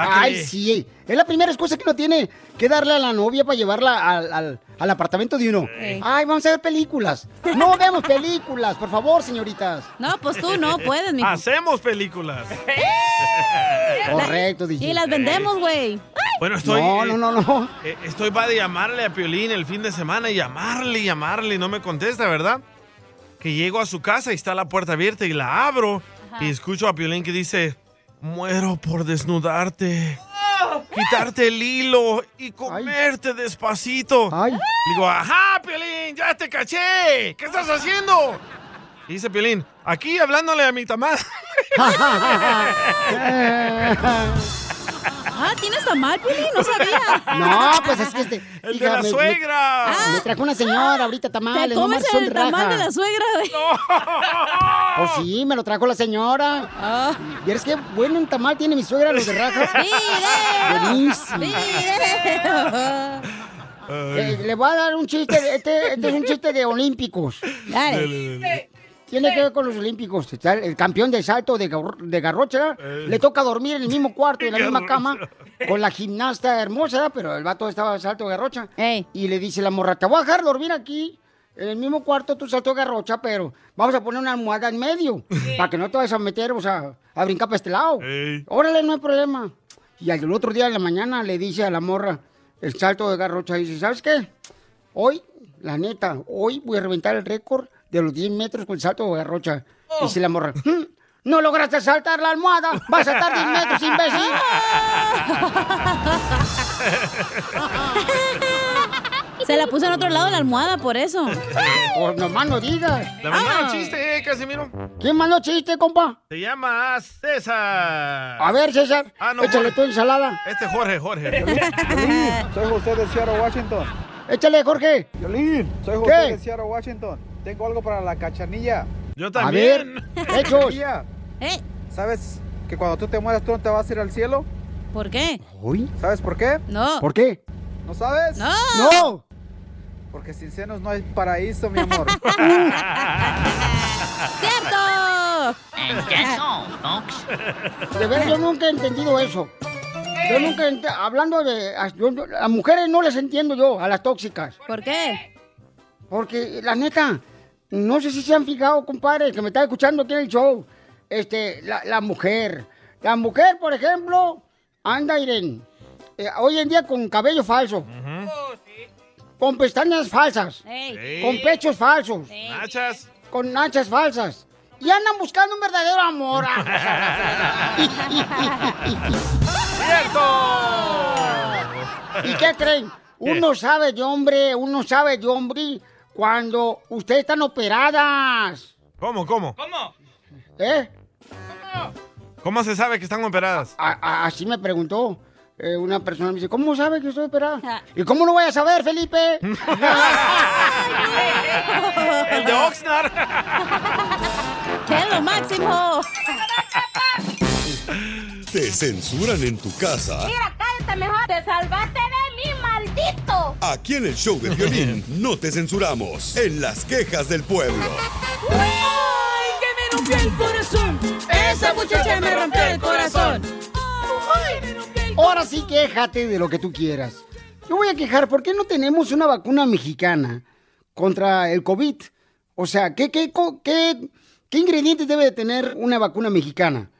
[SPEAKER 1] Ay, sí. Es la primera excusa que uno tiene que darle a la novia para llevarla al, al- al apartamento de uno.
[SPEAKER 3] Sí.
[SPEAKER 1] Ay, vamos a ver películas. No vemos películas, por favor, señoritas.
[SPEAKER 3] No, pues tú no puedes, mijo.
[SPEAKER 2] Hacemos películas.
[SPEAKER 1] Correcto, DJ.
[SPEAKER 3] Y las vendemos, güey.
[SPEAKER 2] Bueno, estoy.
[SPEAKER 1] No, no, no, no.
[SPEAKER 2] eh, estoy para de llamarle a Piolín el fin de semana y llamarle y llamarle y no me contesta, ¿verdad? Que llego a su casa y está la puerta abierta y la abro y escucho a Piolín que dice: Muero por desnudarte. Quitarte el hilo y comerte despacito. Digo, ajá, Piolín, ya te caché. ¿Qué estás haciendo? Y dice Piolín, aquí hablándole a mi tamal.
[SPEAKER 3] Ah, ¿tienes tamal, Pili? No sabía.
[SPEAKER 1] No, pues es que este.
[SPEAKER 3] El de
[SPEAKER 1] hija,
[SPEAKER 3] la
[SPEAKER 1] me- me-
[SPEAKER 3] suegra.
[SPEAKER 1] Me, trajo una señora ahorita tamales.
[SPEAKER 3] Ah, Te
[SPEAKER 1] no
[SPEAKER 3] comes
[SPEAKER 1] marches,
[SPEAKER 3] el
[SPEAKER 1] son
[SPEAKER 3] tamal
[SPEAKER 1] raja.
[SPEAKER 3] de la suegra, güey.
[SPEAKER 1] Pues sí, me lo trajo la señora.
[SPEAKER 3] Ah.
[SPEAKER 1] Y es que bueno, un tamal tiene mi suegra los de raja.
[SPEAKER 3] ¡Video!
[SPEAKER 1] Buenísimo.
[SPEAKER 3] ¡Video!
[SPEAKER 1] Eh, le voy a dar un chiste. Este, este es un chiste de olímpicos.
[SPEAKER 3] Dale. Dale, dale.
[SPEAKER 1] Tiene que ver con los olímpicos. Está El campeón de salto de, gar- de garrocha
[SPEAKER 15] Eh.
[SPEAKER 1] le toca dormir en el mismo cuarto, en la misma cama, con la gimnasta hermosa, ¿verdad? pero el vato estaba de salto de garrocha. Y le dice la morra, te voy a dejar dormir aquí, en el mismo cuarto tú salto de garrocha, pero vamos a poner una almohada en medio, para que no te vayas a meter, o sea, a brincar para este lado. Órale, no hay problema. Y al otro día de la mañana le dice a la morra, el salto de garrocha, dice, ¿sabes qué? Hoy, la neta, hoy voy a reventar el récord de los 10 metros con el salto de garrocha.
[SPEAKER 2] Oh.
[SPEAKER 1] Dice la morra, "Mm, no lograste saltar la almohada, vas a saltar 10 metros, imbécil.
[SPEAKER 3] Se la puso en otro lado de la almohada por eso. Ah.
[SPEAKER 1] Por Pues nomás no digas.
[SPEAKER 2] Le mandaron chiste, eh, Casimiro.
[SPEAKER 1] ¿Quién mandó chiste, compa?
[SPEAKER 2] Se llama César.
[SPEAKER 1] A ver, César,
[SPEAKER 2] Ah, no,
[SPEAKER 1] échale
[SPEAKER 2] Jorge.
[SPEAKER 1] tu ensalada.
[SPEAKER 2] Este es Jorge, Jorge.
[SPEAKER 1] Soy José de Seattle, Washington. Échale, Jorge.
[SPEAKER 13] Soy José
[SPEAKER 1] ¿Qué?
[SPEAKER 13] de Seattle, Washington. Tengo algo para la cachanilla.
[SPEAKER 2] Yo
[SPEAKER 13] A
[SPEAKER 1] ver, hechos.
[SPEAKER 3] ¿Eh?
[SPEAKER 13] ¿Sabes que cuando tú te mueras tú no te vas a ir al cielo?
[SPEAKER 3] ¿Por qué?
[SPEAKER 1] ¿Hoy?
[SPEAKER 13] ¿Sabes por qué?
[SPEAKER 3] No.
[SPEAKER 1] ¿Por qué?
[SPEAKER 13] ¿No sabes?
[SPEAKER 3] No.
[SPEAKER 1] No.
[SPEAKER 13] Porque sin senos no hay paraíso, mi amor.
[SPEAKER 3] ¡Cierto!
[SPEAKER 1] De ver, yo nunca he entendido eso. Yo nunca, ent- hablando de, a, yo no- a mujeres no les entiendo yo, a las tóxicas.
[SPEAKER 3] ¿Por qué?
[SPEAKER 1] Porque, la neta, no sé si se han fijado, compadre, que me está escuchando aquí en el show, este, la, la mujer. La mujer, por ejemplo, anda, Irene, eh, hoy en día con cabello falso, con pestañas falsas,
[SPEAKER 3] Eh.
[SPEAKER 2] Ey.
[SPEAKER 1] con pechos falsos,
[SPEAKER 2] Nachas.
[SPEAKER 1] con nachas falsas. Y andan buscando un verdadero amor. ¿Y qué creen? Uno sabe de hombre, uno sabe de hombre cuando ustedes están operadas.
[SPEAKER 2] ¿Cómo, cómo?
[SPEAKER 1] ¿Eh?
[SPEAKER 2] ¿Cómo se sabe que están operadas?
[SPEAKER 1] A- así me preguntó eh, una persona. Me dice, ¿cómo sabe que estoy operada? ¿Y cómo no voy a saber, Felipe?
[SPEAKER 2] El de Oxnard.
[SPEAKER 3] ¡Qué es lo máximo!
[SPEAKER 8] ¿Te censuran en tu casa?
[SPEAKER 16] cállate mejor. Te salvaste de mí, maldito.
[SPEAKER 8] Aquí en el show de violín no te censuramos. En las quejas del pueblo.
[SPEAKER 16] ¡Ay, que me rompió el corazón!
[SPEAKER 1] Esa muchacha me rompió el corazón. Ahora sí quéjate de lo que tú quieras. Yo voy a quejar, ¿por qué no tenemos una vacuna mexicana contra el COVID? O sea, ¿qué, qué, co- qué- qué ingredientes debe de tener una vacuna mexicana?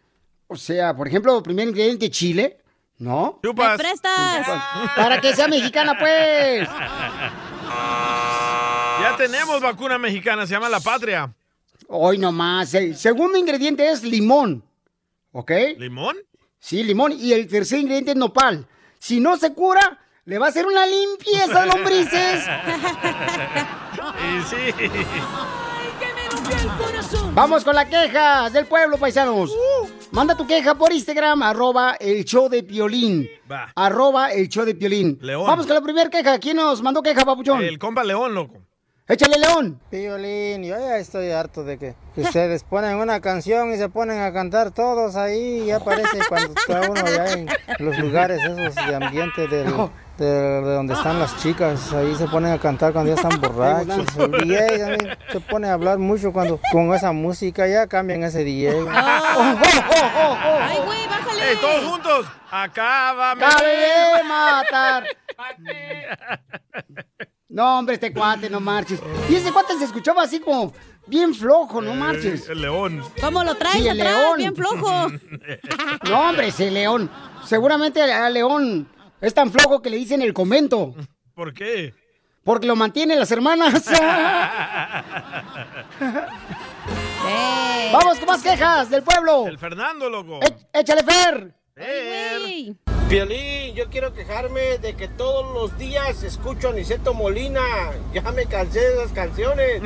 [SPEAKER 1] O sea, por ejemplo, primer ingrediente chile, ¿no?
[SPEAKER 3] ¡Me prestas!
[SPEAKER 1] Para que sea mexicana, pues.
[SPEAKER 2] Ya tenemos vacuna mexicana, se llama La Patria.
[SPEAKER 1] Hoy nomás. El segundo ingrediente es limón. ¿Ok?
[SPEAKER 2] ¿Limón?
[SPEAKER 1] Sí, limón. Y el tercer ingrediente es nopal. Si no se cura, le va a hacer una limpieza a lombrices.
[SPEAKER 2] y sí.
[SPEAKER 1] Vamos con la queja del pueblo, paisanos.
[SPEAKER 2] Uh.
[SPEAKER 1] Manda tu queja por Instagram, arroba el show de Piolín.
[SPEAKER 2] Va.
[SPEAKER 1] Arroba el show de Piolín.
[SPEAKER 2] León.
[SPEAKER 1] Vamos con la primera queja. ¿Quién nos mandó queja, papuchón?
[SPEAKER 2] El compa León, loco.
[SPEAKER 1] Échale, León.
[SPEAKER 17] Piolín, yo ya estoy harto de que ustedes ponen una canción y se ponen a cantar todos ahí, ya parece cuando está uno allá en los lugares esos de ambiente del- de, de donde están las chicas, ahí se ponen a cantar cuando ya están borrachos, el DJ también se pone a hablar mucho cuando con esa música, ya cambian ese DJ.
[SPEAKER 2] ¡Ay, güey, bájale! todos juntos! ¡Acábame!
[SPEAKER 1] Cabe de matar. No, hombre, este cuate, no marches. Y ese cuate se escuchaba así como bien flojo, no marches.
[SPEAKER 2] Eh, el León.
[SPEAKER 1] ¿Cómo lo
[SPEAKER 3] traes
[SPEAKER 1] el
[SPEAKER 3] atrás?
[SPEAKER 1] león.
[SPEAKER 3] Bien flojo.
[SPEAKER 1] No, hombre, ese león. Seguramente a león es tan flojo que le dicen el convento.
[SPEAKER 2] ¿Por qué?
[SPEAKER 1] Porque lo mantienen las hermanas. Vamos con más quejas del pueblo.
[SPEAKER 2] El Fernando, loco.
[SPEAKER 1] Éch- Échale Fer.
[SPEAKER 18] Violín, yo quiero quejarme de que todos los días escucho a Niceto Molina. Ya me cansé de esas canciones.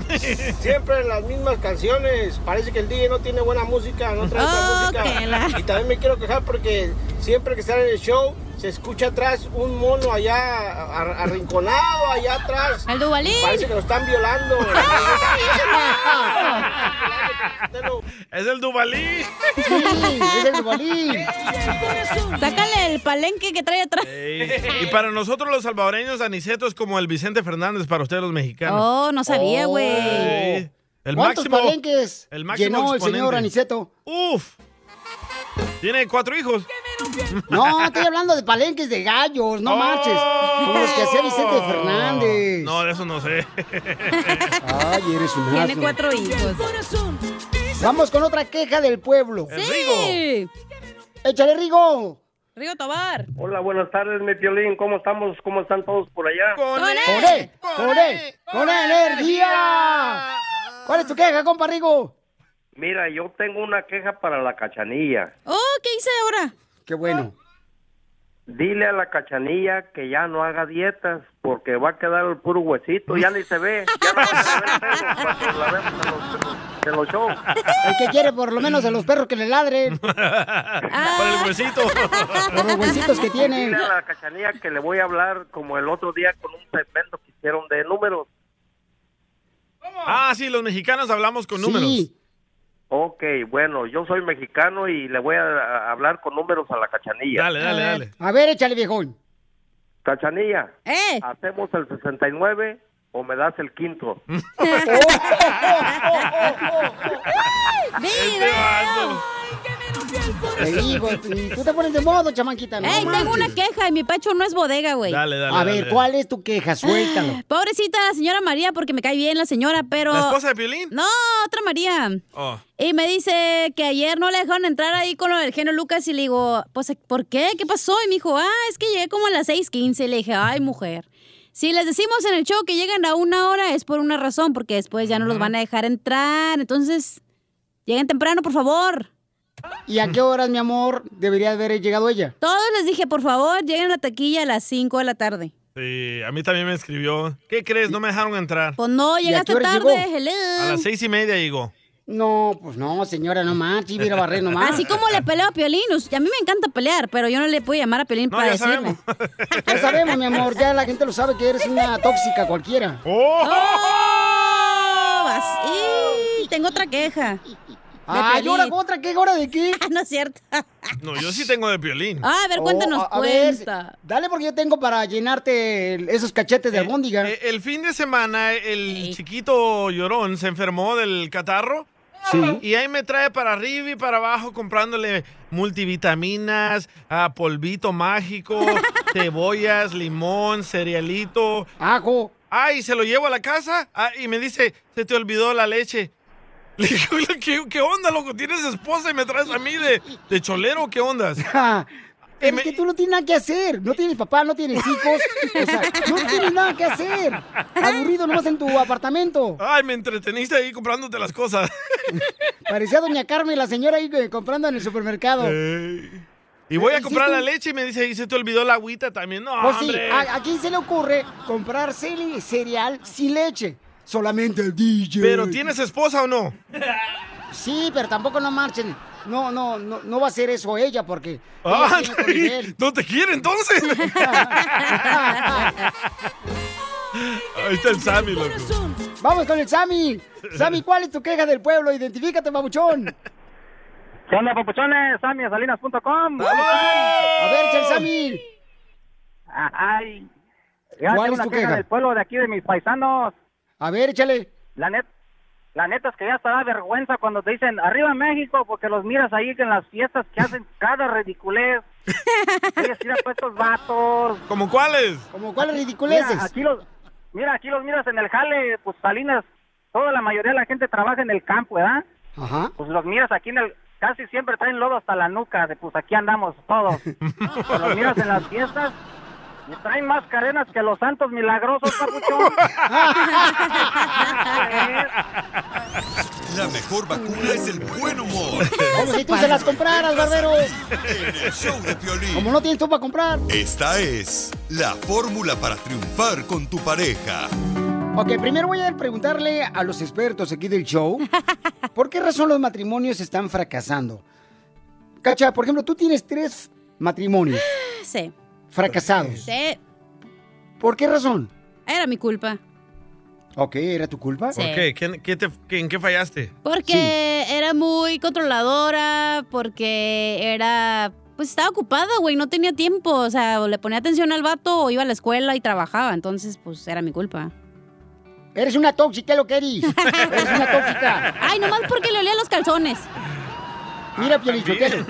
[SPEAKER 18] Siempre las mismas canciones. Parece que el DJ no tiene buena música, no trae
[SPEAKER 16] Oh,
[SPEAKER 18] buena
[SPEAKER 16] tela.
[SPEAKER 18] música. Y también me quiero quejar porque siempre que sale en el show se escucha atrás un mono allá ar- arrinconado, allá atrás.
[SPEAKER 3] El Duvalín.
[SPEAKER 18] Parece que lo están violando.
[SPEAKER 2] Es el Duvalí.
[SPEAKER 1] es el Duvalí.
[SPEAKER 3] Sácale el palenque que trae atrás.
[SPEAKER 2] Y para nosotros los salvadoreños, Aniceto es como el Vicente Fernández para ustedes los mexicanos.
[SPEAKER 3] Oh, no sabía, güey.
[SPEAKER 2] Sí. El
[SPEAKER 1] ¿Cuántos
[SPEAKER 2] máximo.
[SPEAKER 1] palenques
[SPEAKER 2] el máximo
[SPEAKER 1] llenó el señor
[SPEAKER 2] exponente.
[SPEAKER 1] Aniceto?
[SPEAKER 2] Uf. Tiene cuatro hijos.
[SPEAKER 1] No, estoy hablando de palenques de gallos,
[SPEAKER 2] Oh.
[SPEAKER 1] no marches. Como los que hacía Vicente Fernández.
[SPEAKER 2] No, de eso no sé.
[SPEAKER 1] Ay, eres un
[SPEAKER 3] Tiene
[SPEAKER 1] asno.
[SPEAKER 3] cuatro hijos.
[SPEAKER 1] Vamos con otra queja del pueblo.
[SPEAKER 3] Sí.
[SPEAKER 1] Échale, Rigo.
[SPEAKER 3] Río Tobar.
[SPEAKER 15] Hola, buenas tardes, mi Piolín. ¿Cómo estamos? ¿Cómo están todos por allá?
[SPEAKER 1] ¡Con él! ¡Con él! ¡Con él! ¡Con energía! ¿Cuál es tu queja, compa Rigo?
[SPEAKER 15] Mira, yo tengo una queja para la cachanilla.
[SPEAKER 3] Oh, ¿qué hice ahora?
[SPEAKER 1] Qué bueno.
[SPEAKER 15] Dile a la cachanilla que ya no haga dietas porque va a quedar el puro huesito. Ya ni se ve. Ya no se ve el pelo, porque la vemos en los, en los shows.
[SPEAKER 1] El que quiere por lo menos a los perros que le ladren.
[SPEAKER 2] Para el huesito.
[SPEAKER 1] Por Ah. los huesitos que tienen.
[SPEAKER 15] Dile a la cachanilla que le voy a hablar como el otro día con un segmento que hicieron de números.
[SPEAKER 2] Ah, sí, los mexicanos hablamos con números.
[SPEAKER 15] Ok, bueno, yo soy mexicano y le voy a, a hablar con números a la cachanilla.
[SPEAKER 2] Dale, dale, dale.
[SPEAKER 1] A ver, échale, viejón.
[SPEAKER 15] Cachanilla,
[SPEAKER 1] Eh.
[SPEAKER 15] ¿hacemos el 69 o me das el quinto?
[SPEAKER 1] Este
[SPEAKER 3] ¡Video!
[SPEAKER 1] Te digo, y tú te pones de modo, chamanquita. No
[SPEAKER 3] Ey, tengo
[SPEAKER 1] marches.
[SPEAKER 3] una queja y mi pacho no es bodega, güey.
[SPEAKER 1] A ver, ¿cuál es tu queja?
[SPEAKER 3] Ah,
[SPEAKER 1] Suéltalo.
[SPEAKER 3] Pobrecita la señora María, porque me cae bien la señora, pero.
[SPEAKER 2] ¿La esposa de Piolín?
[SPEAKER 3] No, otra María.
[SPEAKER 2] Oh.
[SPEAKER 3] Y me dice que ayer no le dejaron entrar ahí con lo del genio Lucas y le digo, pues, ¿por qué? ¿Qué pasó? Y me dijo, ah, es que llegué como a las 6.15. Le dije, ay, mujer. Si les decimos en el show que llegan a una hora es por una razón, porque después ya no los van a dejar entrar. Entonces, lleguen temprano, por favor.
[SPEAKER 1] ¿Y a qué horas, mi amor, debería haber llegado ella?
[SPEAKER 3] Todos les dije, por favor, lleguen a la taquilla a las 5 de la tarde.
[SPEAKER 2] Sí, a mí también me escribió. ¿Qué crees? No me dejaron entrar.
[SPEAKER 3] Pues no,
[SPEAKER 1] ¿Y a qué
[SPEAKER 3] llegaste
[SPEAKER 1] horas
[SPEAKER 3] tarde,
[SPEAKER 1] llegó?
[SPEAKER 3] hello.
[SPEAKER 2] A las seis y media llegó.
[SPEAKER 1] No, pues no, señora, no más. Sí, mira, barrer nomás.
[SPEAKER 3] Así como le peleo a Piolín, us- a mí me encanta pelear, pero yo no le puedo llamar a Piolín para
[SPEAKER 1] ya
[SPEAKER 3] decirle.
[SPEAKER 1] sabemos. Ya sabemos, mi amor, ya la gente lo sabe que eres una tóxica cualquiera.
[SPEAKER 3] ¡Oh! Así, tengo otra queja.
[SPEAKER 1] Ah, ¿y ahora
[SPEAKER 3] otra
[SPEAKER 1] queja? ¿Hora de qué?
[SPEAKER 3] no es cierto.
[SPEAKER 2] No, yo sí tengo de Piolín.
[SPEAKER 3] Ah, a ver, cuéntanos,
[SPEAKER 1] Oh, a- a ver,
[SPEAKER 3] cuenta.
[SPEAKER 1] dale porque yo tengo para llenarte el- esos cachetes de albóndiga.
[SPEAKER 2] Eh, El fin de semana, el chiquito llorón se enfermó del catarro.
[SPEAKER 1] Sí.
[SPEAKER 2] Y ahí me trae para arriba y para abajo comprándole multivitaminas, ah, polvito mágico, cebollas, limón, cerealito.
[SPEAKER 1] Ajo.
[SPEAKER 2] Ah, y se lo llevo a la casa ah, y me dice, se te olvidó la leche. Le digo, ¿qué, qué onda, loco? ¿Tienes esposa y me traes a mí de, de cholero? ¿Qué ondas?
[SPEAKER 1] Ja, Pero es que tú no tienes nada que hacer. No tienes papá, no tienes hijos. O sea, no tienes nada que hacer. Aburrido nomás en tu apartamento.
[SPEAKER 2] Ay, me entreteniste ahí comprándote las cosas.
[SPEAKER 1] Parecía doña Carmen, la señora ahí eh, comprando en el supermercado.
[SPEAKER 2] Y voy a
[SPEAKER 1] Hiciste
[SPEAKER 2] comprar la
[SPEAKER 1] un-
[SPEAKER 2] leche y me dice, y se te olvidó la agüita también. No,
[SPEAKER 1] Pues sí,
[SPEAKER 2] hombre.
[SPEAKER 1] ¿a, a quién se le ocurre comprar cele- cereal sin leche? Solamente el DJ.
[SPEAKER 2] Pero ¿tienes esposa o no?
[SPEAKER 1] Sí, pero tampoco no marchen. No, no, no, no va a ser eso ella porque. ella
[SPEAKER 2] Ah,
[SPEAKER 1] viene con él.
[SPEAKER 2] no te quiere entonces. Ahí está el Sammy, loco.
[SPEAKER 1] Vamos con el Sammy. Sammy, ¿cuál es tu queja del pueblo? Identifícate, babuchón.
[SPEAKER 15] ¿Qué onda, papuchones? SammyAsalinas.com.
[SPEAKER 1] A ver, echa el Sammy.
[SPEAKER 15] Ay. Ya
[SPEAKER 1] ¿Cuál es
[SPEAKER 15] tengo una
[SPEAKER 1] tu queja?
[SPEAKER 15] del pueblo de aquí de mis paisanos.
[SPEAKER 1] A ver, échale.
[SPEAKER 15] La net, la neta es que ya hasta da vergüenza cuando te dicen arriba México porque los miras ahí en las fiestas que hacen cada ridiculez. Oye, mira pues estos vatos.
[SPEAKER 2] ¿Como cuáles?
[SPEAKER 1] ¿Como cuáles ridiculeces?
[SPEAKER 15] Mira, aquí los Mira, aquí los miras en el jale, pues Salinas, toda la mayoría de la gente trabaja en el campo, ¿verdad?
[SPEAKER 1] Ajá.
[SPEAKER 15] Pues los miras aquí en el casi siempre traen lodo hasta la nuca, de, pues aquí andamos todos. Pero los miras en las fiestas y traen más cadenas que los santos milagrosos, papuchón.
[SPEAKER 8] La mejor vacuna es el buen humor.
[SPEAKER 1] Como si tú se las compraras, barbero.
[SPEAKER 8] En el show de Piolín.
[SPEAKER 1] Como no tienes tú para comprar.
[SPEAKER 8] Esta es la fórmula para triunfar con tu pareja.
[SPEAKER 1] Ok, primero voy a preguntarle a los expertos aquí del show por qué razón los matrimonios están fracasando. Cacha, por ejemplo, tú tienes tres matrimonios
[SPEAKER 3] Sí,
[SPEAKER 1] fracasados.
[SPEAKER 3] sí,
[SPEAKER 1] ¿Por qué razón?
[SPEAKER 3] era mi culpa.
[SPEAKER 1] Ok, ¿era tu culpa?
[SPEAKER 2] ¿Por qué? ¿Qué- qué te- qué- ¿En qué fallaste?
[SPEAKER 3] Porque era muy controladora, porque era... Pues estaba ocupada, güey, no tenía tiempo. O sea, o le ponía atención al vato o iba a la escuela y trabajaba. Entonces, pues era mi culpa.
[SPEAKER 1] Eres una tóxica, lo que eres. Eres una tóxica.
[SPEAKER 3] Ay, nomás porque le olía los calzones.
[SPEAKER 2] Ah,
[SPEAKER 1] Mira, Pielichotelo.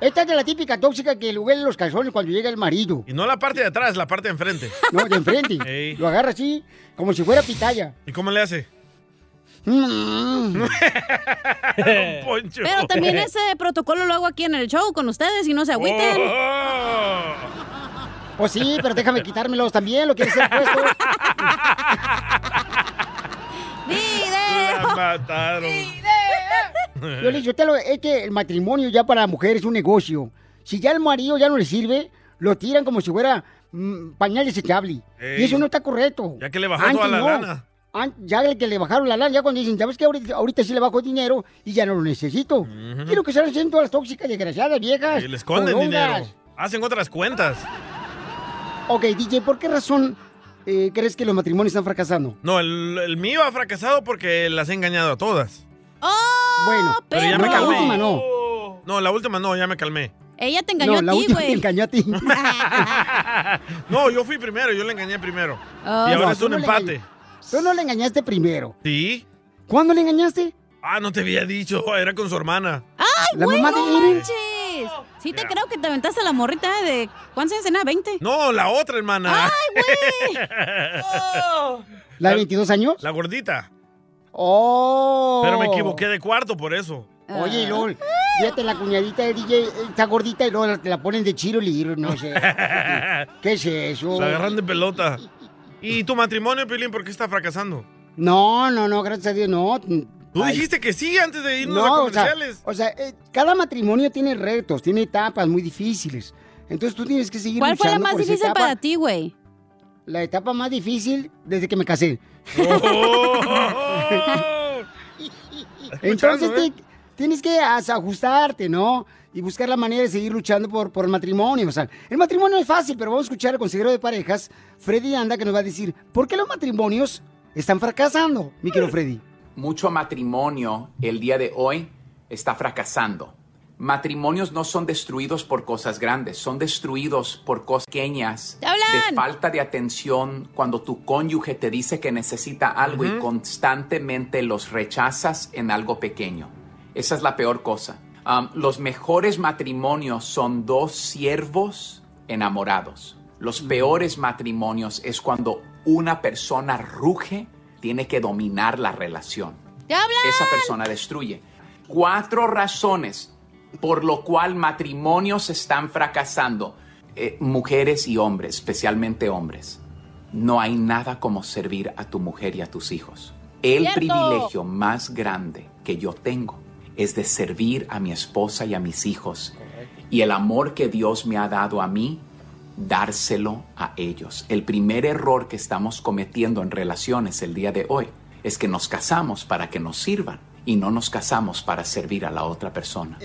[SPEAKER 1] Esta es de la típica tóxica que le huele los calzones cuando llega el marido.
[SPEAKER 2] Y no la parte de atrás, la parte de enfrente.
[SPEAKER 1] No, de enfrente.
[SPEAKER 2] Ey.
[SPEAKER 1] Lo agarra así, como si fuera pitaya. Mm,
[SPEAKER 2] ¿Y cómo le hace? Poncho.
[SPEAKER 3] Pero también ese protocolo lo hago aquí en el show con ustedes y no se agüiten.
[SPEAKER 2] Oh.
[SPEAKER 1] Pues sí, pero déjame quitármelos también, lo quieres ser puesto.
[SPEAKER 2] La mataron.
[SPEAKER 1] Yo le digo, "Telo, es que el matrimonio ya para la mujer es un negocio. Si ya el marido ya no le sirve, lo tiran como si fuera mm, pañal desechable.
[SPEAKER 2] Ey.
[SPEAKER 1] Y eso no está correcto.
[SPEAKER 2] Ya que le bajó toda la lana.
[SPEAKER 1] An- Ya el que le bajaron la lana, ya cuando dicen, ¿sabes qué? Ahorita, ahorita sí le bajo dinero y ya no lo necesito. Quiero que sean siendo todas las tóxicas, desgraciadas, viejas.
[SPEAKER 2] Y le esconden
[SPEAKER 1] fodongas.
[SPEAKER 2] dinero. Hacen otras cuentas.
[SPEAKER 1] Ok, DJ, ¿por qué razón eh, crees que los matrimonios están fracasando?
[SPEAKER 2] No, el, el mío ha fracasado porque las he engañado a todas.
[SPEAKER 3] Oh,
[SPEAKER 1] bueno,
[SPEAKER 2] Pero ya me
[SPEAKER 1] no, la
[SPEAKER 2] calmé.
[SPEAKER 1] última no.
[SPEAKER 2] No, la última no, ya me calmé.
[SPEAKER 3] Ella te engañó
[SPEAKER 2] No, la
[SPEAKER 3] a ti,
[SPEAKER 2] última
[SPEAKER 3] güey.
[SPEAKER 2] te
[SPEAKER 1] engañó a ti.
[SPEAKER 2] No, yo fui primero, yo le engañé primero.
[SPEAKER 1] Ah.
[SPEAKER 2] y ahora
[SPEAKER 1] No,
[SPEAKER 2] es
[SPEAKER 1] tú
[SPEAKER 2] un
[SPEAKER 1] no le
[SPEAKER 2] empate.
[SPEAKER 1] Tú no le engañaste primero.
[SPEAKER 2] ¿Sí?
[SPEAKER 1] ¿Cuándo le engañaste?
[SPEAKER 2] Ah, no te había dicho, era con su hermana.
[SPEAKER 3] ¡Ay,
[SPEAKER 2] La
[SPEAKER 3] güey,
[SPEAKER 2] mamá
[SPEAKER 3] no
[SPEAKER 2] de Irene.
[SPEAKER 3] manches! Sí te creo que te aventaste a la morrita ¿eh? de... ¿Cuántos años tenía? ¿20?
[SPEAKER 2] No, la otra hermana.
[SPEAKER 3] ¡Ay, güey!
[SPEAKER 1] ¿La de 22 años?
[SPEAKER 2] La gordita.
[SPEAKER 1] ¡Oh!
[SPEAKER 2] Pero me equivoqué de cuarto por eso.
[SPEAKER 1] Oye,
[SPEAKER 2] Ah.
[SPEAKER 1] LOL, fíjate, la cuñadita de DJ está gordita y luego la- te la ponen de chiro libre, no sé. ¿Qué es eso?
[SPEAKER 2] La agarran de pelota. ¿Y tu matrimonio, Pilín, por qué está fracasando?
[SPEAKER 1] No, no, no, gracias a Dios, no.
[SPEAKER 2] Tú dijiste que sí antes de irnos a
[SPEAKER 1] o sea,
[SPEAKER 2] comerciales.
[SPEAKER 1] O sea, eh, cada matrimonio tiene retos, tiene etapas muy difíciles. Entonces tú tienes que seguir
[SPEAKER 3] ¿Cuál fue la
[SPEAKER 1] luchando
[SPEAKER 3] más
[SPEAKER 1] por esa
[SPEAKER 3] difícil
[SPEAKER 1] etapa.
[SPEAKER 3] para ti, güey?
[SPEAKER 1] La etapa más difícil desde que me casé. Entonces
[SPEAKER 2] Escuchando, ¿eh?
[SPEAKER 1] te- tienes que as- ajustarte, ¿no? Y buscar la manera de seguir luchando por, por el matrimonio. O sea, el matrimonio es fácil, pero vamos a escuchar al consejero de parejas, Freddy Anda, que nos va a decir por qué los matrimonios están fracasando, mi querido Freddy.
[SPEAKER 19] mucho matrimonio el día de hoy está fracasando. Matrimonios no son destruidos por cosas grandes, son destruidos por cosas pequeñas,
[SPEAKER 3] ¡Te hablan!
[SPEAKER 19] de falta de atención, cuando tu cónyuge te dice que necesita algo y
[SPEAKER 10] Ujú.
[SPEAKER 19] constantemente los rechazas en algo pequeño. Esa es la peor cosa. Um, los mejores matrimonios son dos siervos enamorados. Los peores matrimonios es cuando una persona ruge, tiene que dominar la relación.
[SPEAKER 3] ¡Te hablan!
[SPEAKER 19] Esa persona destruye. Cuatro razones por lo cual matrimonios están fracasando. Eh, mujeres y hombres, especialmente hombres. No hay nada como servir a tu mujer y a tus hijos. El
[SPEAKER 20] Cierto.
[SPEAKER 19] privilegio más grande que yo tengo es de servir a mi esposa y a mis hijos. Y el amor que Dios me ha dado a mí, dárselo a ellos. El primer error que estamos cometiendo en relaciones el día de hoy es que nos casamos para que nos sirvan y no nos casamos para servir a la otra persona.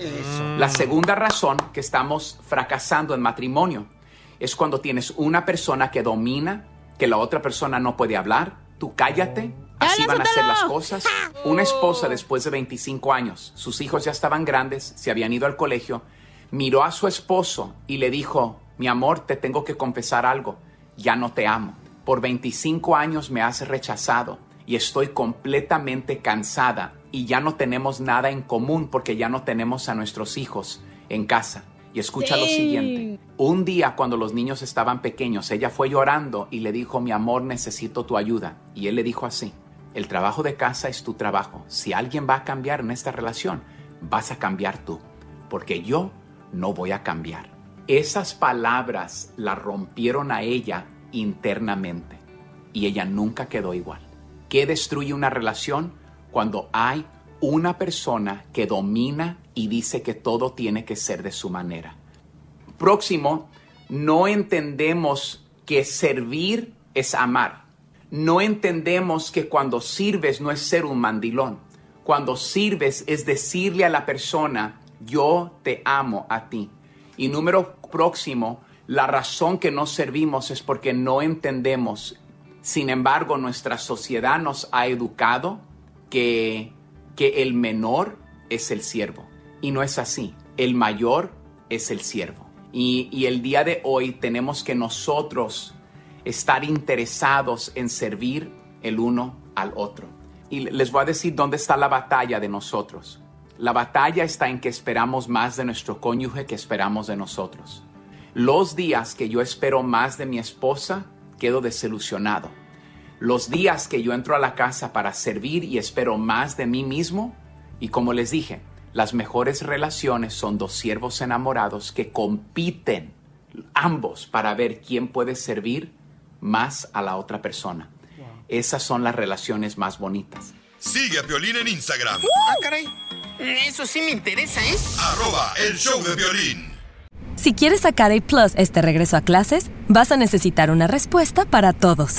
[SPEAKER 19] La segunda razón que estamos fracasando en matrimonio es cuando tienes una persona que domina, que la otra persona no puede hablar, tú cállate, así van a ser las cosas. Una esposa después de 25 años, sus hijos ya estaban grandes, se habían ido al colegio, miró a su esposo y le dijo, mi amor, te tengo que confesar algo, ya no te amo. Por 25 años me has rechazado y estoy completamente cansada y ya no tenemos nada en común porque ya no tenemos a nuestros hijos en casa. Y escucha lo
[SPEAKER 20] Dang.
[SPEAKER 19] siguiente. Un día cuando los niños estaban pequeños, ella fue llorando y le dijo, mi amor, necesito tu ayuda. Y él le dijo así, el trabajo de casa es tu trabajo. Si alguien va a cambiar en esta relación, vas a cambiar tú, porque yo no voy a cambiar. Esas palabras la rompieron a ella internamente y ella nunca quedó igual. ¿Qué destruye una relación? Cuando hay una persona que domina y dice que todo tiene que ser de su manera. Próximo, no entendemos que servir es amar. No entendemos que cuando sirves no es ser un mandilón. Cuando sirves es decirle a la persona, yo te amo a ti. Y número próximo, la razón que no servimos es porque no entendemos Sin embargo, nuestra sociedad nos ha educado que, que el menor es el siervo. Y no es así. El mayor es el siervo. Y, y el día de hoy tenemos que nosotros estar interesados en servir el uno al otro. Y les voy a decir dónde está la batalla de nosotros. La batalla está en que esperamos más de nuestro cónyuge que esperamos de nosotros. Los días que yo espero más de mi esposa, quedo desilusionado. Los días que yo entro a la casa para servir y espero más de mí mismo, y como les dije, las mejores relaciones son dos siervos enamorados que compiten ambos para ver quién puede servir más a la otra persona. Esas son las relaciones más bonitas.
[SPEAKER 8] Sigue a Violín en Instagram.
[SPEAKER 10] Ah, caray. Eso sí me interesa, ¿eh?
[SPEAKER 8] Arroba el show de violín.
[SPEAKER 20] Si quieres sacar A Plus este regreso a clases, vas a necesitar una respuesta para todos.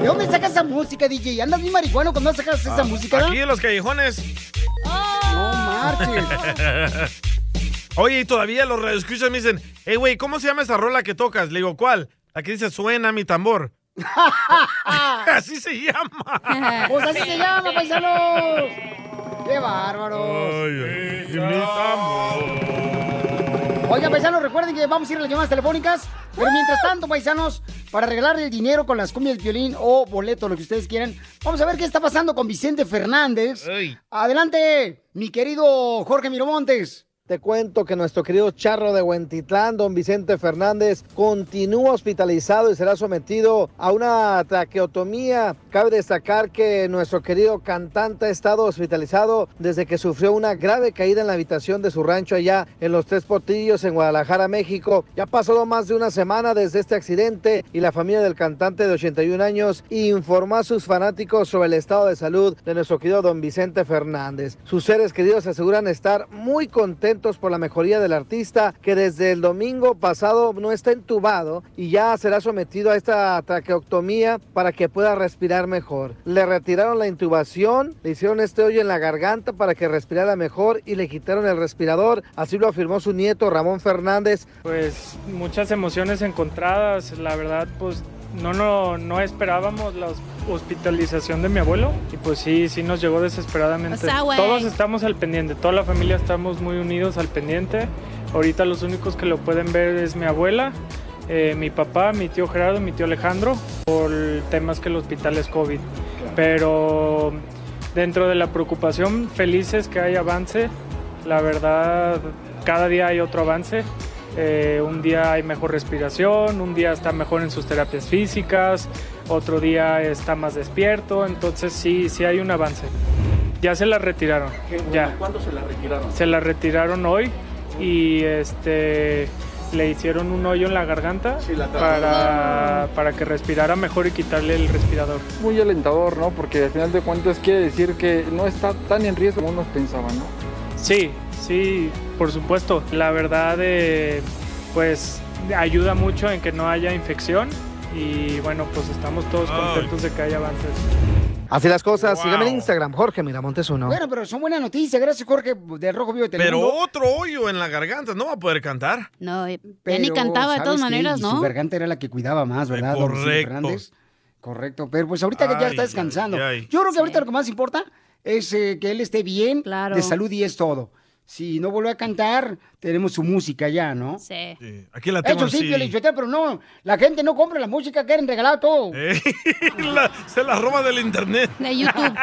[SPEAKER 1] ¿De dónde sacas esa música, DJ? ¿Andas bien marihuano cuando sacas
[SPEAKER 2] Ah.
[SPEAKER 1] esa música?
[SPEAKER 2] Aquí en los callejones.
[SPEAKER 1] No
[SPEAKER 2] Ah.
[SPEAKER 1] marches.
[SPEAKER 2] Oye, y todavía los radioescuchas me dicen, hey, güey, ¿cómo se llama esa rola que tocas? Le digo, ¿cuál? La que dice, suena mi tambor. así se llama.
[SPEAKER 1] Pues así se llama, paisanos. ¡Qué bárbaros!
[SPEAKER 2] Oh.
[SPEAKER 1] Oigan, paisanos, recuerden que vamos a ir a las llamadas telefónicas. Pero mientras tanto, paisanos, para regalar el dinero con las cumbias del violín o boleto, lo que ustedes quieran, vamos a ver qué está pasando con Vicente Fernández.
[SPEAKER 2] Ey.
[SPEAKER 1] Adelante, mi querido Jorge Miramontes.
[SPEAKER 13] Te cuento que nuestro querido charro de Huentitlán, don Vicente Fernández, continúa hospitalizado y será sometido a una traqueotomía. Cabe destacar que nuestro querido cantante ha estado hospitalizado desde que sufrió una grave caída en la habitación de su rancho allá en Los Tres Portillos, en Guadalajara, México. Ya ha pasado más de una semana desde este accidente y la familia del cantante de 81 años informó a sus fanáticos sobre el estado de salud de nuestro querido don Vicente Fernández. Sus seres queridos aseguran estar muy contentos por la mejoría del artista que desde el domingo pasado no está entubado y ya será sometido a esta traqueotomía para que pueda respirar mejor. Le retiraron la intubación, le hicieron este hoyo en la garganta para que respirara mejor y le quitaron el respirador, así lo afirmó su nieto Ramón Fernández.
[SPEAKER 21] Pues muchas emociones encontradas, la verdad pues no, no, no esperábamos la hos- hospitalización de mi abuelo y pues sí, sí nos llegó desesperadamente.
[SPEAKER 3] O sea, güey.
[SPEAKER 21] Todos estamos al pendiente, toda la familia estamos muy unidos al pendiente. Ahorita los únicos que lo pueden ver es mi abuela, eh, mi papá, mi tío Gerardo, mi tío Alejandro, por temas que el hospital es COVID. Pero dentro de la preocupación, felices que hay avance. La verdad, cada día hay otro avance. Eh, un día hay mejor respiración, un día está mejor en sus terapias físicas, otro día está más despierto. Entonces sí, sí hay un avance. Ya se la retiraron. ya.
[SPEAKER 22] ¿Cuándo se la retiraron?
[SPEAKER 21] Se la retiraron hoy y este le hicieron un hoyo en la garganta para, para que respirara mejor y quitarle el respirador.
[SPEAKER 22] Muy alentador, ¿no? Porque al final de cuentas quiere decir que no está tan en riesgo como unos pensaban, ¿no?
[SPEAKER 21] Sí, sí, por supuesto. La verdad, eh, pues ayuda mucho en que no haya infección y bueno, pues estamos todos contentos de que haya avances.
[SPEAKER 13] Así las cosas,
[SPEAKER 21] Wow.
[SPEAKER 13] síganme en Instagram, Jorge Miramontes uno.
[SPEAKER 1] Bueno, pero son buenas noticias. Gracias, Jorge, de Rojo Vivo de
[SPEAKER 2] Pero
[SPEAKER 1] Telemundo.
[SPEAKER 2] otro hoyo en la garganta, no va a poder cantar.
[SPEAKER 3] No, ya ni
[SPEAKER 1] Pero,
[SPEAKER 3] cantaba de todas
[SPEAKER 1] ¿sabes qué?
[SPEAKER 3] maneras,
[SPEAKER 1] Y
[SPEAKER 3] ¿no?
[SPEAKER 1] Su garganta era la que cuidaba más, ¿verdad? don Vicente
[SPEAKER 2] Eh, correcto.
[SPEAKER 1] Fernández? Correcto. Pero pues ahorita que ya
[SPEAKER 2] Ay,
[SPEAKER 1] está descansando.
[SPEAKER 2] ay, ay.
[SPEAKER 1] Yo creo que ahorita lo que más importa es eh, que él esté bien, de salud y es todo. Si no vuelve a cantar, tenemos su música ya, ¿no?
[SPEAKER 3] Sí.
[SPEAKER 2] Aquí la tengo
[SPEAKER 1] Eso sí,
[SPEAKER 2] así.
[SPEAKER 1] Piolín Sotelo, pero no, la gente no compra la música, quieren regalar todo.
[SPEAKER 2] Eh, la- se la roba del internet.
[SPEAKER 1] De YouTube.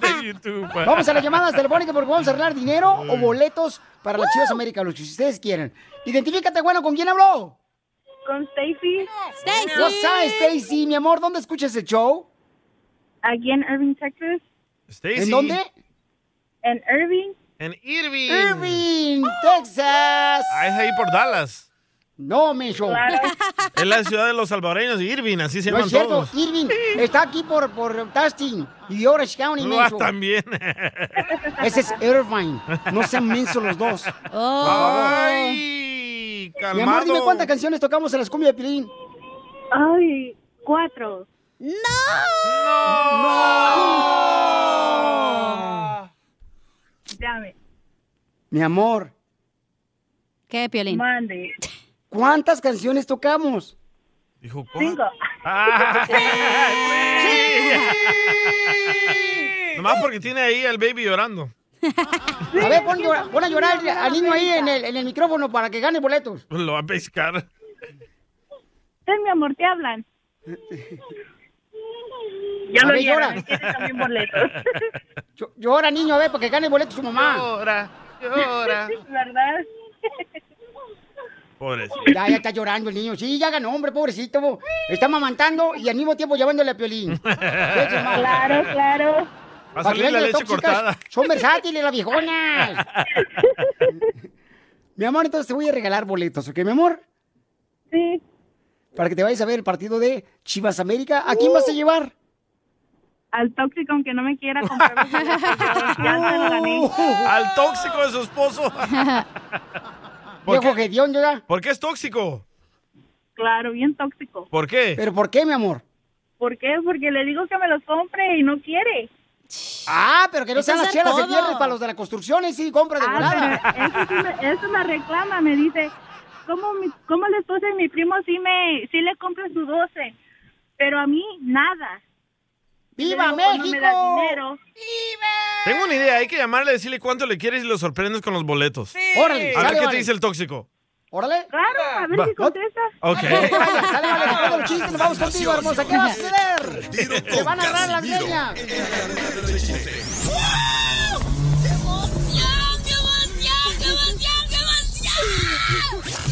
[SPEAKER 2] De YouTube.
[SPEAKER 1] Vamos a las llamadas telefónicas porque vamos a arreglar dinero
[SPEAKER 2] Mm.
[SPEAKER 1] o boletos para las Chivas América, los que ustedes quieran. Identifícate, bueno, ¿con quién habló?
[SPEAKER 23] Con Stacy.
[SPEAKER 1] Stacy. What's up, Stacy, mi amor? ¿Dónde escuchas el show?
[SPEAKER 23] Aquí en Irving, Texas.
[SPEAKER 2] Stacy.
[SPEAKER 1] ¿En dónde?
[SPEAKER 23] En Irving.
[SPEAKER 2] En Irving.
[SPEAKER 1] Irving, Texas.
[SPEAKER 2] Ah, es ahí por Dallas.
[SPEAKER 1] No, Micho.
[SPEAKER 2] Es la ciudad de los salvadoreños, Irving, así se
[SPEAKER 1] No
[SPEAKER 2] llaman
[SPEAKER 1] es cierto,
[SPEAKER 2] todos.
[SPEAKER 1] Irving está aquí por, por Tustin y Orange County,
[SPEAKER 2] Tú vas
[SPEAKER 1] menso.
[SPEAKER 2] Ah, también.
[SPEAKER 1] Ese es Irvine. No sean mensos los dos.
[SPEAKER 5] Oh.
[SPEAKER 2] Ay,
[SPEAKER 1] Mi amor, dime
[SPEAKER 2] calmado.
[SPEAKER 1] cuántas canciones tocamos en las cumbias de Pilín. Ay, cuatro.
[SPEAKER 3] ¡No!
[SPEAKER 1] ¡No!
[SPEAKER 23] Dame.
[SPEAKER 1] Mi amor,
[SPEAKER 3] ¿Qué, Piolín?
[SPEAKER 23] Mande.
[SPEAKER 1] ¿cuántas canciones tocamos?
[SPEAKER 2] Dijo,
[SPEAKER 23] Cinco.
[SPEAKER 2] Ah, Nomás porque tiene ahí al baby llorando.
[SPEAKER 1] A ver, pon, llora- pon a llorar al- al niño ahí en el, en el micrófono para que gane boletos.
[SPEAKER 2] Lo va a pescar.
[SPEAKER 23] Usted, mi amor, te hablan.
[SPEAKER 1] A
[SPEAKER 23] Ya lo
[SPEAKER 1] ver,
[SPEAKER 23] llora.
[SPEAKER 1] llora.
[SPEAKER 23] Tiene también boletos.
[SPEAKER 1] Llo- Llora, niño, a ver, para que gane boletos su mamá.
[SPEAKER 23] Llora,
[SPEAKER 2] llora.
[SPEAKER 23] ¿Verdad?
[SPEAKER 2] Pobrecito.
[SPEAKER 1] Ya, ya está llorando el niño. Sí, ya ganó, hombre, pobrecito. Está mamantando y al mismo tiempo llevándole a Piolín.
[SPEAKER 23] Claro, claro.
[SPEAKER 2] Va a
[SPEAKER 1] Para que
[SPEAKER 2] salir la
[SPEAKER 1] vean que
[SPEAKER 2] leche
[SPEAKER 1] las tóxicas
[SPEAKER 2] cortada.
[SPEAKER 1] Son versátiles las viejonas. mi amor, entonces te voy a regalar boletos, ¿ok, mi amor? Sí. Para que te vayas a ver el partido de Chivas América. ¿A quién vas a llevar?
[SPEAKER 23] Uh. Al tóxico, aunque no me quiera comprar los boletos, yo ya se lo gané.
[SPEAKER 1] Uh.
[SPEAKER 2] Al tóxico de su esposo. ¿Por
[SPEAKER 1] Viejo
[SPEAKER 2] qué?
[SPEAKER 1] Gedión, ¿verdad?
[SPEAKER 2] ¿Por qué es tóxico?
[SPEAKER 23] Claro, bien tóxico.
[SPEAKER 2] ¿Por qué?
[SPEAKER 1] ¿Pero por qué, mi amor?
[SPEAKER 23] ¿Por qué? Porque le digo que me los compre y no quiere.
[SPEAKER 1] Ah, pero que no
[SPEAKER 23] Eso
[SPEAKER 1] sean las
[SPEAKER 23] es
[SPEAKER 1] chelas de
[SPEAKER 23] todo.
[SPEAKER 1] viernes para los de la construcción y sí, compra de volada.
[SPEAKER 23] Ah, pero eso, sí me, eso me reclama, me dice, ¿cómo, mi, cómo la esposa de mi primo sí, me, sí le compra su 12? Pero a mí, nada.
[SPEAKER 1] ¡Viva
[SPEAKER 23] Yo le digo, "Pues, No me das
[SPEAKER 1] México!"
[SPEAKER 23] dinero.
[SPEAKER 2] Tengo una idea, hay que llamarle, decirle cuánto le quieres y lo sorprendes con los boletos.
[SPEAKER 1] Órale,
[SPEAKER 2] a ver
[SPEAKER 1] sale,
[SPEAKER 2] qué te
[SPEAKER 1] vale.
[SPEAKER 2] dice el tóxico.
[SPEAKER 1] Órale.
[SPEAKER 23] Claro, a ver
[SPEAKER 2] Va.
[SPEAKER 23] si contesta.
[SPEAKER 2] Ok.
[SPEAKER 1] Vaya, sale, vale, después de los chistes, nos vamos contigo, hermosa. ¿Qué va a suceder? Te van a agarrar las
[SPEAKER 8] Casimiro.
[SPEAKER 1] leñas.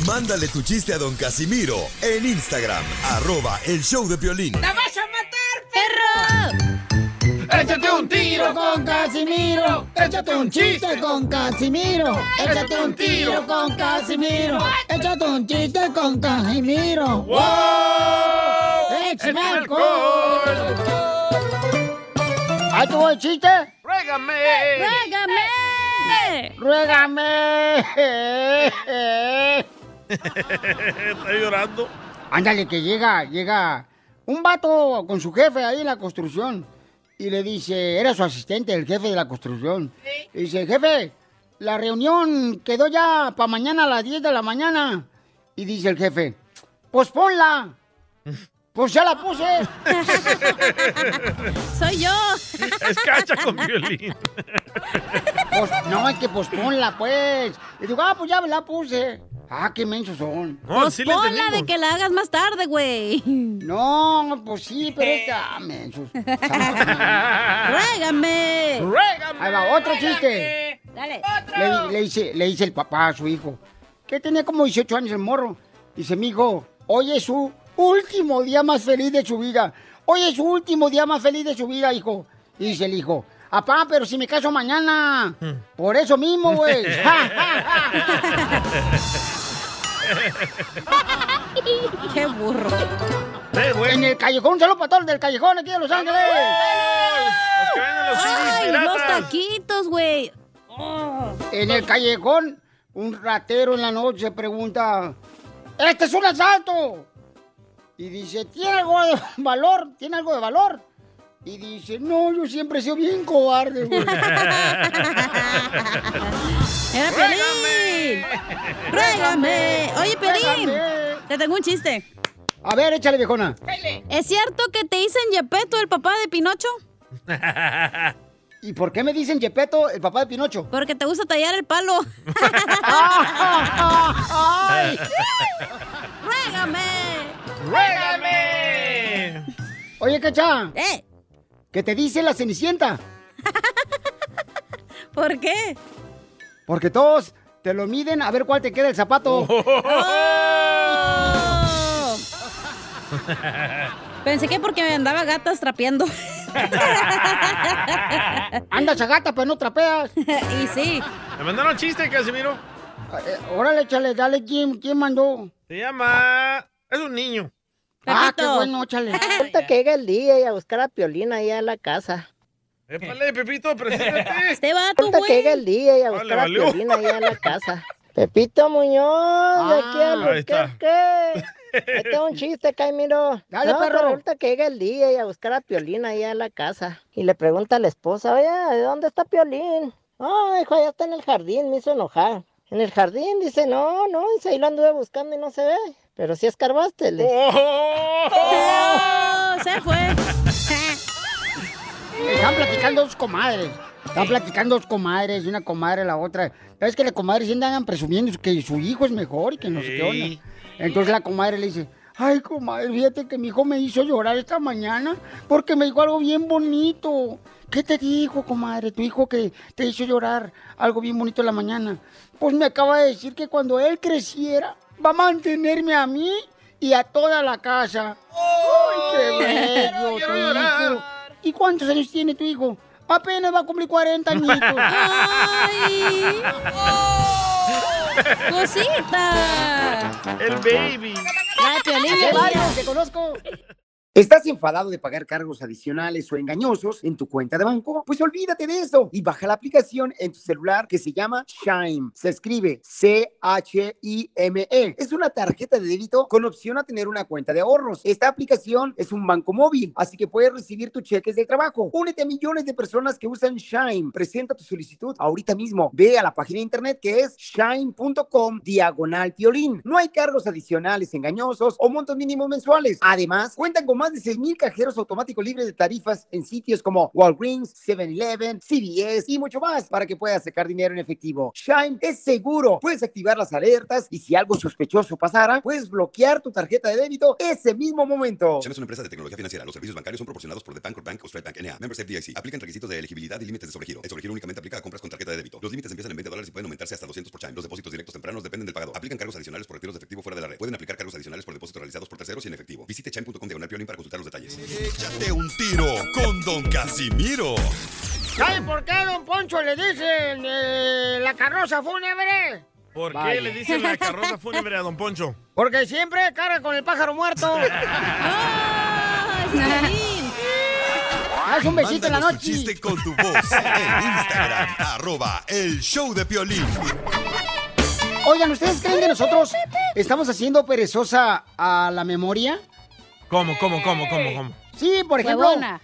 [SPEAKER 8] Mándale tu chiste a don Casimiro en Instagram, arroba el show de violín.
[SPEAKER 16] ¡La vas a matar, perro!
[SPEAKER 1] Échate un tiro con Casimiro. Échate un chiste con Casimiro. Échate un tiro con Casimiro. Échate un chiste con Casimiro. ¡Wow! ¡Échame alcohol! ¿Ahí tuvo el chiste?
[SPEAKER 2] ¡Ruégame!
[SPEAKER 3] ¡Ruégame!
[SPEAKER 1] ¡Ruégame!
[SPEAKER 2] Está llorando.
[SPEAKER 1] Ándale, que llega, llega un vato con su jefe ahí en la construcción y le dice, era su asistente, el jefe de la construcción. Y dice, jefe, la reunión quedó ya para mañana a las 10 de la mañana. Y dice el jefe, pues ponla. Pues ya la puse.
[SPEAKER 3] Soy yo.
[SPEAKER 2] Es cacha con violín.
[SPEAKER 1] Pues, no, es que pues ponla, pues. Y digo, ah, pues ya me la puse. Ah, qué mensos son.
[SPEAKER 3] Pues ponla de que la hagas más tarde, güey.
[SPEAKER 1] No, pues sí, pero esta... ah, mensos.
[SPEAKER 3] ¡Ruégame!
[SPEAKER 1] ¡Ruégame! Ahí va, otro chiste.
[SPEAKER 3] Dale.
[SPEAKER 1] Le, le dice, le dice el papá a su hijo, que tenía como 18 años el morro. Dice, mi hijo, hoy es su último día más feliz de su vida. Hoy es su último día más feliz de su vida, hijo. Y dice el hijo, papá, pero si me caso mañana. Por eso mismo, güey.
[SPEAKER 3] ¡Qué burro!
[SPEAKER 1] En el callejón, un saludo para todos del callejón aquí de Los Ángeles.
[SPEAKER 3] ¡Ay, los taquitos, güey!
[SPEAKER 1] Oh. En el callejón, un ratero en la noche pregunta, ¡Este es un asalto! Y dice, ¿tiene algo de valor? ¿Tiene algo de valor? Y dice, no, yo siempre he sido bien cobarde, güey.
[SPEAKER 3] ¡Era Piolín! ¡Ruégame! Oye, Piolín, te tengo un chiste.
[SPEAKER 1] A ver, échale, viejona.
[SPEAKER 3] ¿Es cierto que te dicen Yepeto, el papá de Pinocho?
[SPEAKER 1] ¿Y por qué me dicen Yepeto, el papá de Pinocho?
[SPEAKER 3] Porque te gusta tallar el palo.
[SPEAKER 1] ¡Ay!
[SPEAKER 3] ¡Ruégame!
[SPEAKER 2] ¡Ruégame!
[SPEAKER 1] Oye, Cacha.
[SPEAKER 3] ¿Eh?
[SPEAKER 1] ¿Qué te dice la Cenicienta?
[SPEAKER 3] ¿Por qué?
[SPEAKER 1] Porque todos te lo miden a ver cuál te queda el zapato.
[SPEAKER 3] Oh. Pensé que porque me andaba gatas trapeando.
[SPEAKER 1] Andas a gata, pero no trapeas.
[SPEAKER 3] y sí.
[SPEAKER 2] Me mandaron chiste, Casimiro.
[SPEAKER 1] Eh, Órale, échale, dale, ¿quién, quién mandó?
[SPEAKER 2] Se llama... Es un niño.
[SPEAKER 1] Ah, qué bueno, chale.
[SPEAKER 4] Falta que llegue el día y a buscar a Piolín allá a la casa.
[SPEAKER 2] Épale, Pepito, preséntate.
[SPEAKER 4] Este Falta que llegue el día y a buscar a
[SPEAKER 2] Ah, valió.
[SPEAKER 4] Piolín allá a la casa. Pepito Muñoz, de aquí al
[SPEAKER 2] Ah, ahí está.
[SPEAKER 4] Burquerque. Este es un chiste, Caimiro.
[SPEAKER 1] Dale,
[SPEAKER 4] no,
[SPEAKER 1] perro.
[SPEAKER 4] pero Resulta que llega el día y a buscar a Piolín allá a la casa. Y le pregunta a la esposa, oye, ¿de dónde está Piolín? Ah, hijo, allá está en el jardín, me hizo enojar. En el jardín, dice, no, no, dice, ahí lo anduve buscando y no se ve. Pero sí escarbaste. le-
[SPEAKER 2] ¡Oh!
[SPEAKER 3] ¡Oh!
[SPEAKER 5] Se fue.
[SPEAKER 1] Están platicando dos comadres. Están platicando dos comadres y una comadre a la otra. Es que la comadre siempre andan presumiendo que su hijo es mejor y que no sé qué
[SPEAKER 2] Ey.
[SPEAKER 1] onda. Entonces la comadre le dice, ay comadre, fíjate que mi hijo me hizo llorar esta mañana porque me dijo algo bien bonito. ¿Qué te dijo, comadre? Tu hijo que te hizo llorar algo bien bonito en la mañana. Pues me acaba de decir que cuando él creciera va a mantenerme a mí y a toda la casa. ¡Ay, qué bello,
[SPEAKER 2] Quiero
[SPEAKER 1] tu
[SPEAKER 2] llorar.
[SPEAKER 1] hijo! ¿Y cuántos años tiene tu hijo? Apenas va a cumplir 40 añitos.
[SPEAKER 5] ¡Ay!
[SPEAKER 3] ¡Oh!
[SPEAKER 5] ¡Cosita!
[SPEAKER 2] El baby.
[SPEAKER 5] La Piolín le vale.
[SPEAKER 1] te conozco.
[SPEAKER 24] ¿Estás enfadado de pagar cargos adicionales o engañosos en tu cuenta de banco? Pues olvídate de eso y baja la aplicación en tu celular que se llama Shime. Se escribe C-H-I-M-E. E. Es una tarjeta de débito con opción a tener una cuenta de ahorros. Esta aplicación es un banco móvil, así que puedes recibir tus cheques de trabajo. Únete a millones de personas que usan Shime. Presenta tu solicitud ahorita mismo. Ve a la página de internet que es shine.com diagonal violín. No hay cargos adicionales engañosos o montos mínimos mensuales. Además, cuentan con más de 6.000 cajeros automáticos libres de tarifas en sitios como Walgreens, 7-Eleven, CVS y mucho más para que puedas sacar dinero en efectivo. Shine es seguro. Puedes activar las alertas y si algo sospechoso pasara, puedes bloquear tu tarjeta de débito ese mismo momento.
[SPEAKER 8] Sham es una empresa de tecnología financiera. Los servicios bancarios son proporcionados por The Bank or Bank o Stripe Bank NA. Membership DIC. Aplican requisitos de elegibilidad y límites de sobregiro. El sobregiro únicamente aplica a compras con tarjeta de débito. Los límites empiezan en 20 dólares y pueden aumentarse hasta 200 por Chime. Los depósitos directos tempranos dependen del pagador. Aplican cargos adicionales por retiros de efectivo fuera de la red. Pueden aplicar cargos adicionales por depósitos realizados por terceros y en efectivo. Visite chime.com diagonal piolín para consultar los detalles.
[SPEAKER 25] Échate un tiro con Don Casimiro.
[SPEAKER 1] ¿Sabe por qué, don Poncho, le dicen eh, la carroza fúnebre?
[SPEAKER 2] ¿Por
[SPEAKER 1] Vaya.
[SPEAKER 2] qué le dicen la carroza fúnebre a Don Poncho?
[SPEAKER 1] Porque siempre carga con el pájaro muerto. Haz un besito en la
[SPEAKER 25] Mándanos tu
[SPEAKER 1] noche.
[SPEAKER 25] chiste con tu voz en Instagram, arroba el show de Piolín.
[SPEAKER 1] Oigan, ¿ustedes creen que nosotros estamos haciendo perezosa a la memoria?
[SPEAKER 2] ¿Cómo, cómo, cómo, cómo, cómo?
[SPEAKER 1] Sí, por ejemplo.
[SPEAKER 2] Huevona.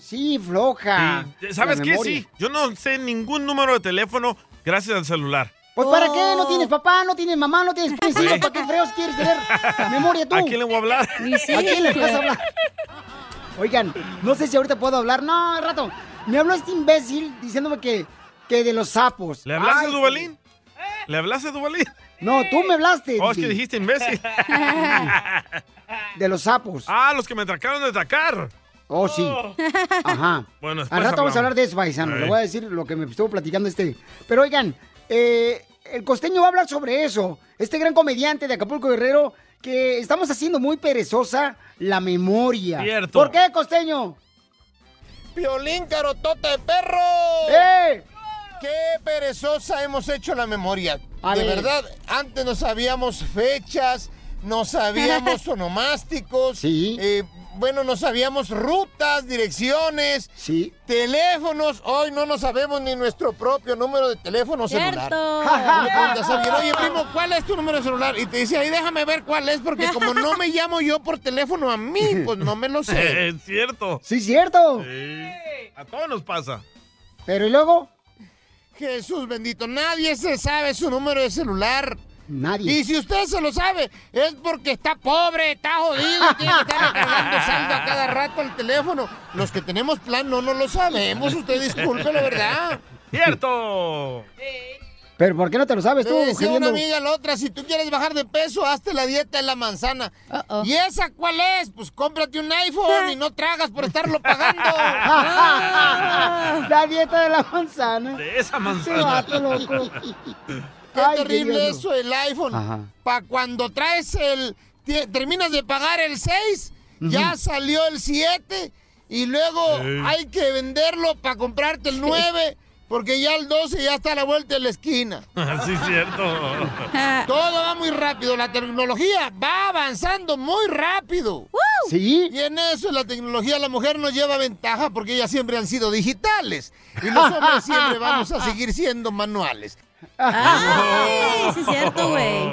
[SPEAKER 1] Sí, floja.
[SPEAKER 2] ¿Sabes
[SPEAKER 1] La
[SPEAKER 2] qué?
[SPEAKER 1] Ah, memoria.
[SPEAKER 2] Sí, yo no sé ningún número de teléfono gracias al celular.
[SPEAKER 1] Pues para qué,
[SPEAKER 2] Oh.
[SPEAKER 1] no tienes papá, no tienes mamá, no tienes tres hijos, ¿para qué freos quieres tener memoria tú?
[SPEAKER 2] ¿A quién le voy a hablar?
[SPEAKER 1] ¿A quién le vas a hablar? Oigan, no sé si ahorita puedo hablar. No, al rato. Me habló este imbécil diciéndome que, que de los sapos.
[SPEAKER 2] ¿Le hablaste
[SPEAKER 1] Ay,
[SPEAKER 2] a Dubalín? ¿Le hablaste a Dubalín?
[SPEAKER 1] No, tú Ah, me hablaste.
[SPEAKER 2] Oh, es que
[SPEAKER 1] imbécil.
[SPEAKER 2] dijiste imbécil.
[SPEAKER 1] De los sapos.
[SPEAKER 2] Ah, los que me atracaron de atacar.
[SPEAKER 1] pues. Oh, sí. Ajá.
[SPEAKER 2] Bueno, después
[SPEAKER 1] Al rato vamos
[SPEAKER 2] hablamos.
[SPEAKER 1] a hablar de eso, paisano.
[SPEAKER 2] Ey.
[SPEAKER 1] Le voy a decir lo que me estuvo platicando este. Pero oigan, eh, el costeño va a hablar sobre eso. Este gran comediante de Acapulco Guerrero que estamos haciendo muy perezosa la memoria.
[SPEAKER 2] Cierto.
[SPEAKER 1] ¿Por qué, costeño?
[SPEAKER 26] Piolín carotota de perro.
[SPEAKER 1] ¡Eh!
[SPEAKER 26] ¡Qué perezosa hemos hecho la memoria!
[SPEAKER 1] A
[SPEAKER 26] de
[SPEAKER 1] ver.
[SPEAKER 26] verdad, antes no sabíamos fechas, no sabíamos onomásticos. eh, bueno, no sabíamos rutas, direcciones, teléfonos. Hoy no nos sabemos ni nuestro propio número de teléfono celular.
[SPEAKER 5] Cierto.
[SPEAKER 26] Le preguntas a alguien, oye, primo, ¿cuál es tu número de celular? Y te dice, ahí déjame ver cuál es, porque como no me llamo yo por teléfono a mí, pues no me lo sé.
[SPEAKER 2] es cierto.
[SPEAKER 1] Sí, cierto.
[SPEAKER 2] A todos nos pasa.
[SPEAKER 1] Pero ¿y luego?
[SPEAKER 26] Jesús bendito, nadie se sabe su número de celular.
[SPEAKER 1] Nadie.
[SPEAKER 26] Y si usted se lo sabe, es porque está pobre, está jodido, tiene que estar recargando saldo a cada rato al teléfono. Los que tenemos plan no, no lo sabemos, usted disculpe, la verdad.
[SPEAKER 2] ¡Cierto!
[SPEAKER 1] Eh. ¿Pero por qué no te lo sabes
[SPEAKER 26] Le
[SPEAKER 1] tú,
[SPEAKER 26] decía Eh, una
[SPEAKER 1] queriendo?
[SPEAKER 26] amiga a la otra, si tú quieres bajar de peso, hazte la dieta de la manzana. ¿Y esa cuál es? Pues cómprate un iPhone y no tragas por estarlo pagando.
[SPEAKER 1] Ah, la dieta de la manzana.
[SPEAKER 2] De esa
[SPEAKER 26] manzana.
[SPEAKER 1] Este vato, loco.
[SPEAKER 26] Qué
[SPEAKER 1] Ay,
[SPEAKER 26] terrible
[SPEAKER 1] Dios.
[SPEAKER 26] eso, el iPhone.
[SPEAKER 1] Ajá.
[SPEAKER 26] Pa' cuando traes el. te- terminas de pagar el 6, ya salió el 7, y luego
[SPEAKER 1] Ey.
[SPEAKER 26] hay que venderlo para comprarte el 9.
[SPEAKER 9] Porque ya el 12 ya está a la vuelta de la esquina.
[SPEAKER 2] Sí, es cierto.
[SPEAKER 3] Ah.
[SPEAKER 9] Todo va muy rápido. La tecnología va avanzando muy rápido. Sí. Y en eso la tecnología, la mujer nos lleva ventaja porque ellas siempre han sido digitales. Y los hombres siempre vamos a seguir siendo manuales.
[SPEAKER 3] Ay, sí es cierto, güey.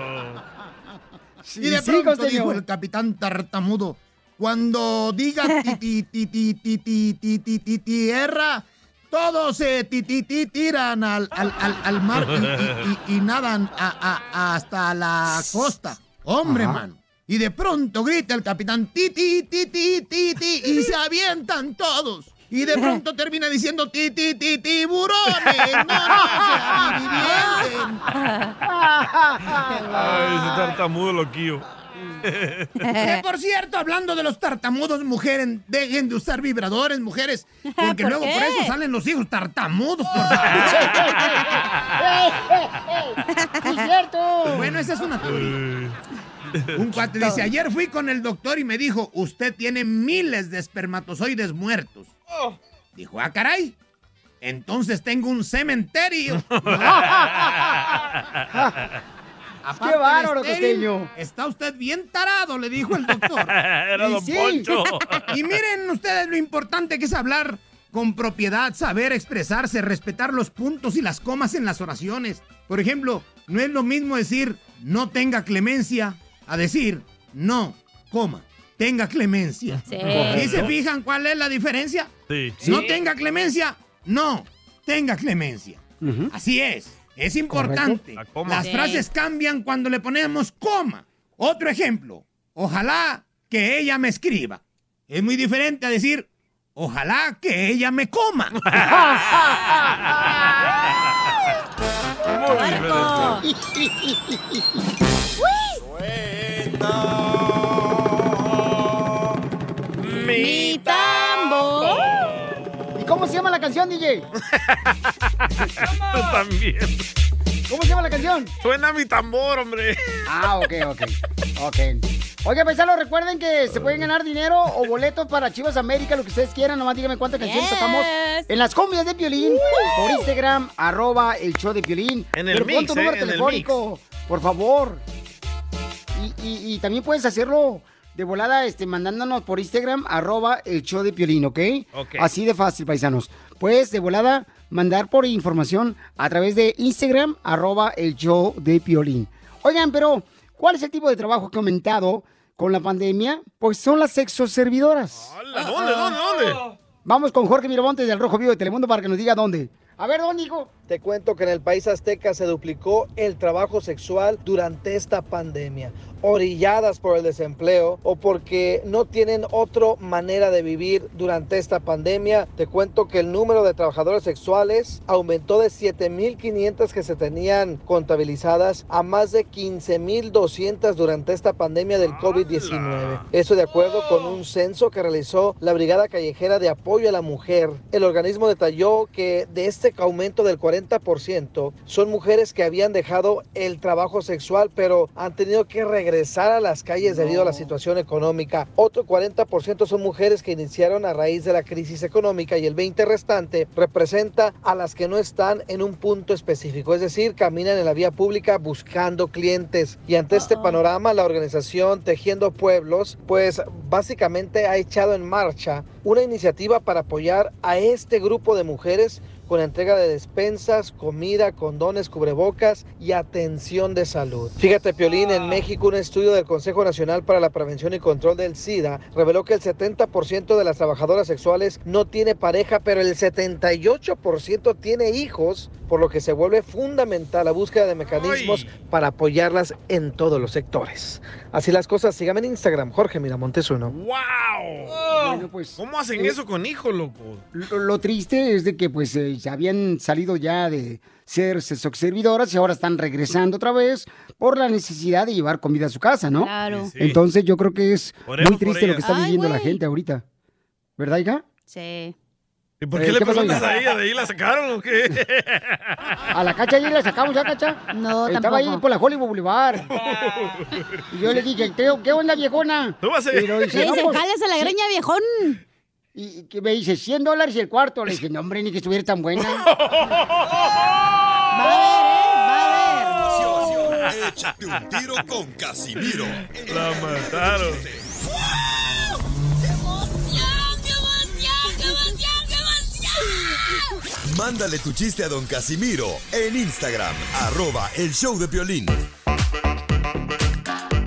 [SPEAKER 9] y de
[SPEAKER 3] sí,
[SPEAKER 9] pronto
[SPEAKER 3] costeño.
[SPEAKER 9] dijo el capitán tartamudo, cuando diga ti, ti, ti, ti, ti, ti, ti, ti, ti, tierra, todos se ti, ti, ti, tiran al, al- al- al mar y, y- y- y nadan a- a- hasta la costa. Hombre,
[SPEAKER 5] Ajá.
[SPEAKER 9] mano. Y de pronto grita el capitán, ti, ti, ti, ti, ti, ti, y se avientan todos. Y de pronto termina diciendo, ti, ti, ti, tiburones, no, no, se vivientes.
[SPEAKER 2] Ay, ese tartamudo loquillo.
[SPEAKER 9] Que por cierto, hablando de los tartamudos, mujeres, dejen de usar vibradores, mujeres, porque
[SPEAKER 5] ¿Por
[SPEAKER 9] luego
[SPEAKER 5] qué?
[SPEAKER 9] por eso salen los hijos tartamudos. por
[SPEAKER 5] ¡Ey,
[SPEAKER 9] favor. Bueno, esa es una teoría. Un cuate dice, ayer fui con el doctor y me dijo, usted tiene miles de espermatozoides muertos.
[SPEAKER 5] Oh.
[SPEAKER 9] Dijo, ah, caray, entonces tengo un cementerio. Aparte de
[SPEAKER 1] bárbaro,
[SPEAKER 9] estéril,
[SPEAKER 1] costeño!
[SPEAKER 9] Está usted bien tarado, le dijo el doctor.
[SPEAKER 5] Era
[SPEAKER 9] Y
[SPEAKER 5] don Poncho.
[SPEAKER 9] Y miren ustedes lo importante que es hablar con propiedad, saber expresarse, respetar los puntos y las comas en las oraciones. Por ejemplo, no es lo mismo decir no tenga clemencia a decir no, coma, tenga clemencia.
[SPEAKER 5] Sí.
[SPEAKER 9] ¿Y se fijan cuál es la diferencia?
[SPEAKER 5] Sí.
[SPEAKER 9] No tenga clemencia, no, tenga clemencia. Así es. Es importante.
[SPEAKER 5] La coma.
[SPEAKER 9] Las
[SPEAKER 5] Sí.
[SPEAKER 9] frases cambian cuando le ponemos coma. Otro ejemplo. Ojalá que ella me escriba. Es muy diferente a decir, ojalá que ella me coma.
[SPEAKER 1] ¡Mi tambo! ¿Y cómo se llama la canción, DJ?
[SPEAKER 2] También.
[SPEAKER 1] ¿Cómo se llama la canción?
[SPEAKER 2] Suena mi tambor, hombre.
[SPEAKER 1] Ah, ok, ok. Ok. Oiga, paisanos, recuerden que se pueden ganar dinero o boletos para Chivas América, lo que ustedes quieran. Nomás díganme cuántas canciones
[SPEAKER 5] Yes.
[SPEAKER 1] tocamos en las cumbias de Piolín por Instagram, arroba el show de Piolín.
[SPEAKER 5] En el
[SPEAKER 1] Pero pon
[SPEAKER 5] mix,
[SPEAKER 1] tu número
[SPEAKER 5] eh, en el
[SPEAKER 1] telefónico, por favor. Y, y- y también puedes hacerlo de volada este, mandándonos por Instagram, arroba el show de Piolín, ¿ok?
[SPEAKER 5] Ok.
[SPEAKER 1] Así de fácil, paisanos. Puedes de volada mandar por información a través de Instagram, arroba el show de Piolín. Oigan, pero, ¿cuál es el tipo de trabajo que ha aumentado con la pandemia? Pues son las sexoservidoras.
[SPEAKER 2] ¿Dónde, dónde, dónde?
[SPEAKER 1] Vamos con Jorge Miramontes del Rojo Vivo de Telemundo para que nos diga dónde. A ver, ¿dónde,
[SPEAKER 13] Te cuento que en el país azteca se duplicó el trabajo sexual durante esta pandemia. Orilladas por el desempleo o porque no tienen otra manera de vivir durante esta pandemia, te cuento que el número de trabajadores sexuales aumentó de 7.500 que se tenían contabilizadas a más de 15.200 durante esta pandemia del COVID-19. Eso de acuerdo con un censo que realizó la Brigada Callejera de Apoyo a la Mujer. El organismo detalló que de este aumento del 40% son mujeres que habían dejado el trabajo sexual pero han tenido que regresar a las calles debido a la situación económica. Otro 40% son mujeres que iniciaron a raíz de la crisis económica y el 20 restante representa a las que no están en un punto específico, es decir, caminan en la vía pública buscando clientes. Y ante este panorama, la organización Tejiendo Pueblos, pues básicamente ha echado en marcha una iniciativa para apoyar a este grupo de mujeres con la entrega de despensas, comida, condones, cubrebocas y atención de salud. Fíjate, Piolín, en México un estudio del Consejo Nacional para la Prevención y Control del SIDA reveló que el 70% de las trabajadoras sexuales no tiene pareja, pero el 78% tiene hijos, por lo que se vuelve fundamental la búsqueda de mecanismos para apoyarlas en todos los sectores. Así las cosas, síganme en Instagram, Jorge Miramontes uno.
[SPEAKER 2] ¡Wow! ¿Cómo hacen
[SPEAKER 1] eh,
[SPEAKER 2] eso con hijos, loco?
[SPEAKER 1] Lo, lo triste es de que pues eh, ya habían salido ya de ser sexoservidoras y ahora están regresando otra vez por la necesidad de llevar comida a su casa, ¿no?
[SPEAKER 3] Claro. Sí, sí.
[SPEAKER 1] Entonces yo creo que es
[SPEAKER 3] Oremos
[SPEAKER 1] muy triste
[SPEAKER 3] por
[SPEAKER 1] lo que está
[SPEAKER 3] ellas. Ay,
[SPEAKER 1] viviendo la
[SPEAKER 3] güey.
[SPEAKER 1] gente ahorita. ¿Verdad, hija?
[SPEAKER 3] Sí.
[SPEAKER 2] ¿Y por
[SPEAKER 1] Eh,
[SPEAKER 2] qué le
[SPEAKER 1] ¿qué pasó,
[SPEAKER 2] preguntas
[SPEAKER 1] hija?
[SPEAKER 2] a ella? ¿De ahí la sacaron o qué?
[SPEAKER 1] A la cacha ayer la sacamos ya, cacha. No, Estaba
[SPEAKER 2] tampoco.
[SPEAKER 1] ahí por la Hollywood Boulevard. Y yo le dije, ¿qué, qué onda, viejona?
[SPEAKER 2] Tú vas a-
[SPEAKER 1] Y lo
[SPEAKER 3] Le dice,
[SPEAKER 1] no, pues,
[SPEAKER 3] jálese la
[SPEAKER 1] sí.
[SPEAKER 3] greña, viejón.
[SPEAKER 1] Y y que me dice, 100 dólares y el cuarto. Le dije, no, hombre, ni que estuviera tan buena.
[SPEAKER 2] ¿eh?
[SPEAKER 8] Échate un tiro con Casimiro.
[SPEAKER 2] La mataron.
[SPEAKER 8] Mándale tu chiste a don Casimiro en Instagram, arroba el show de violín.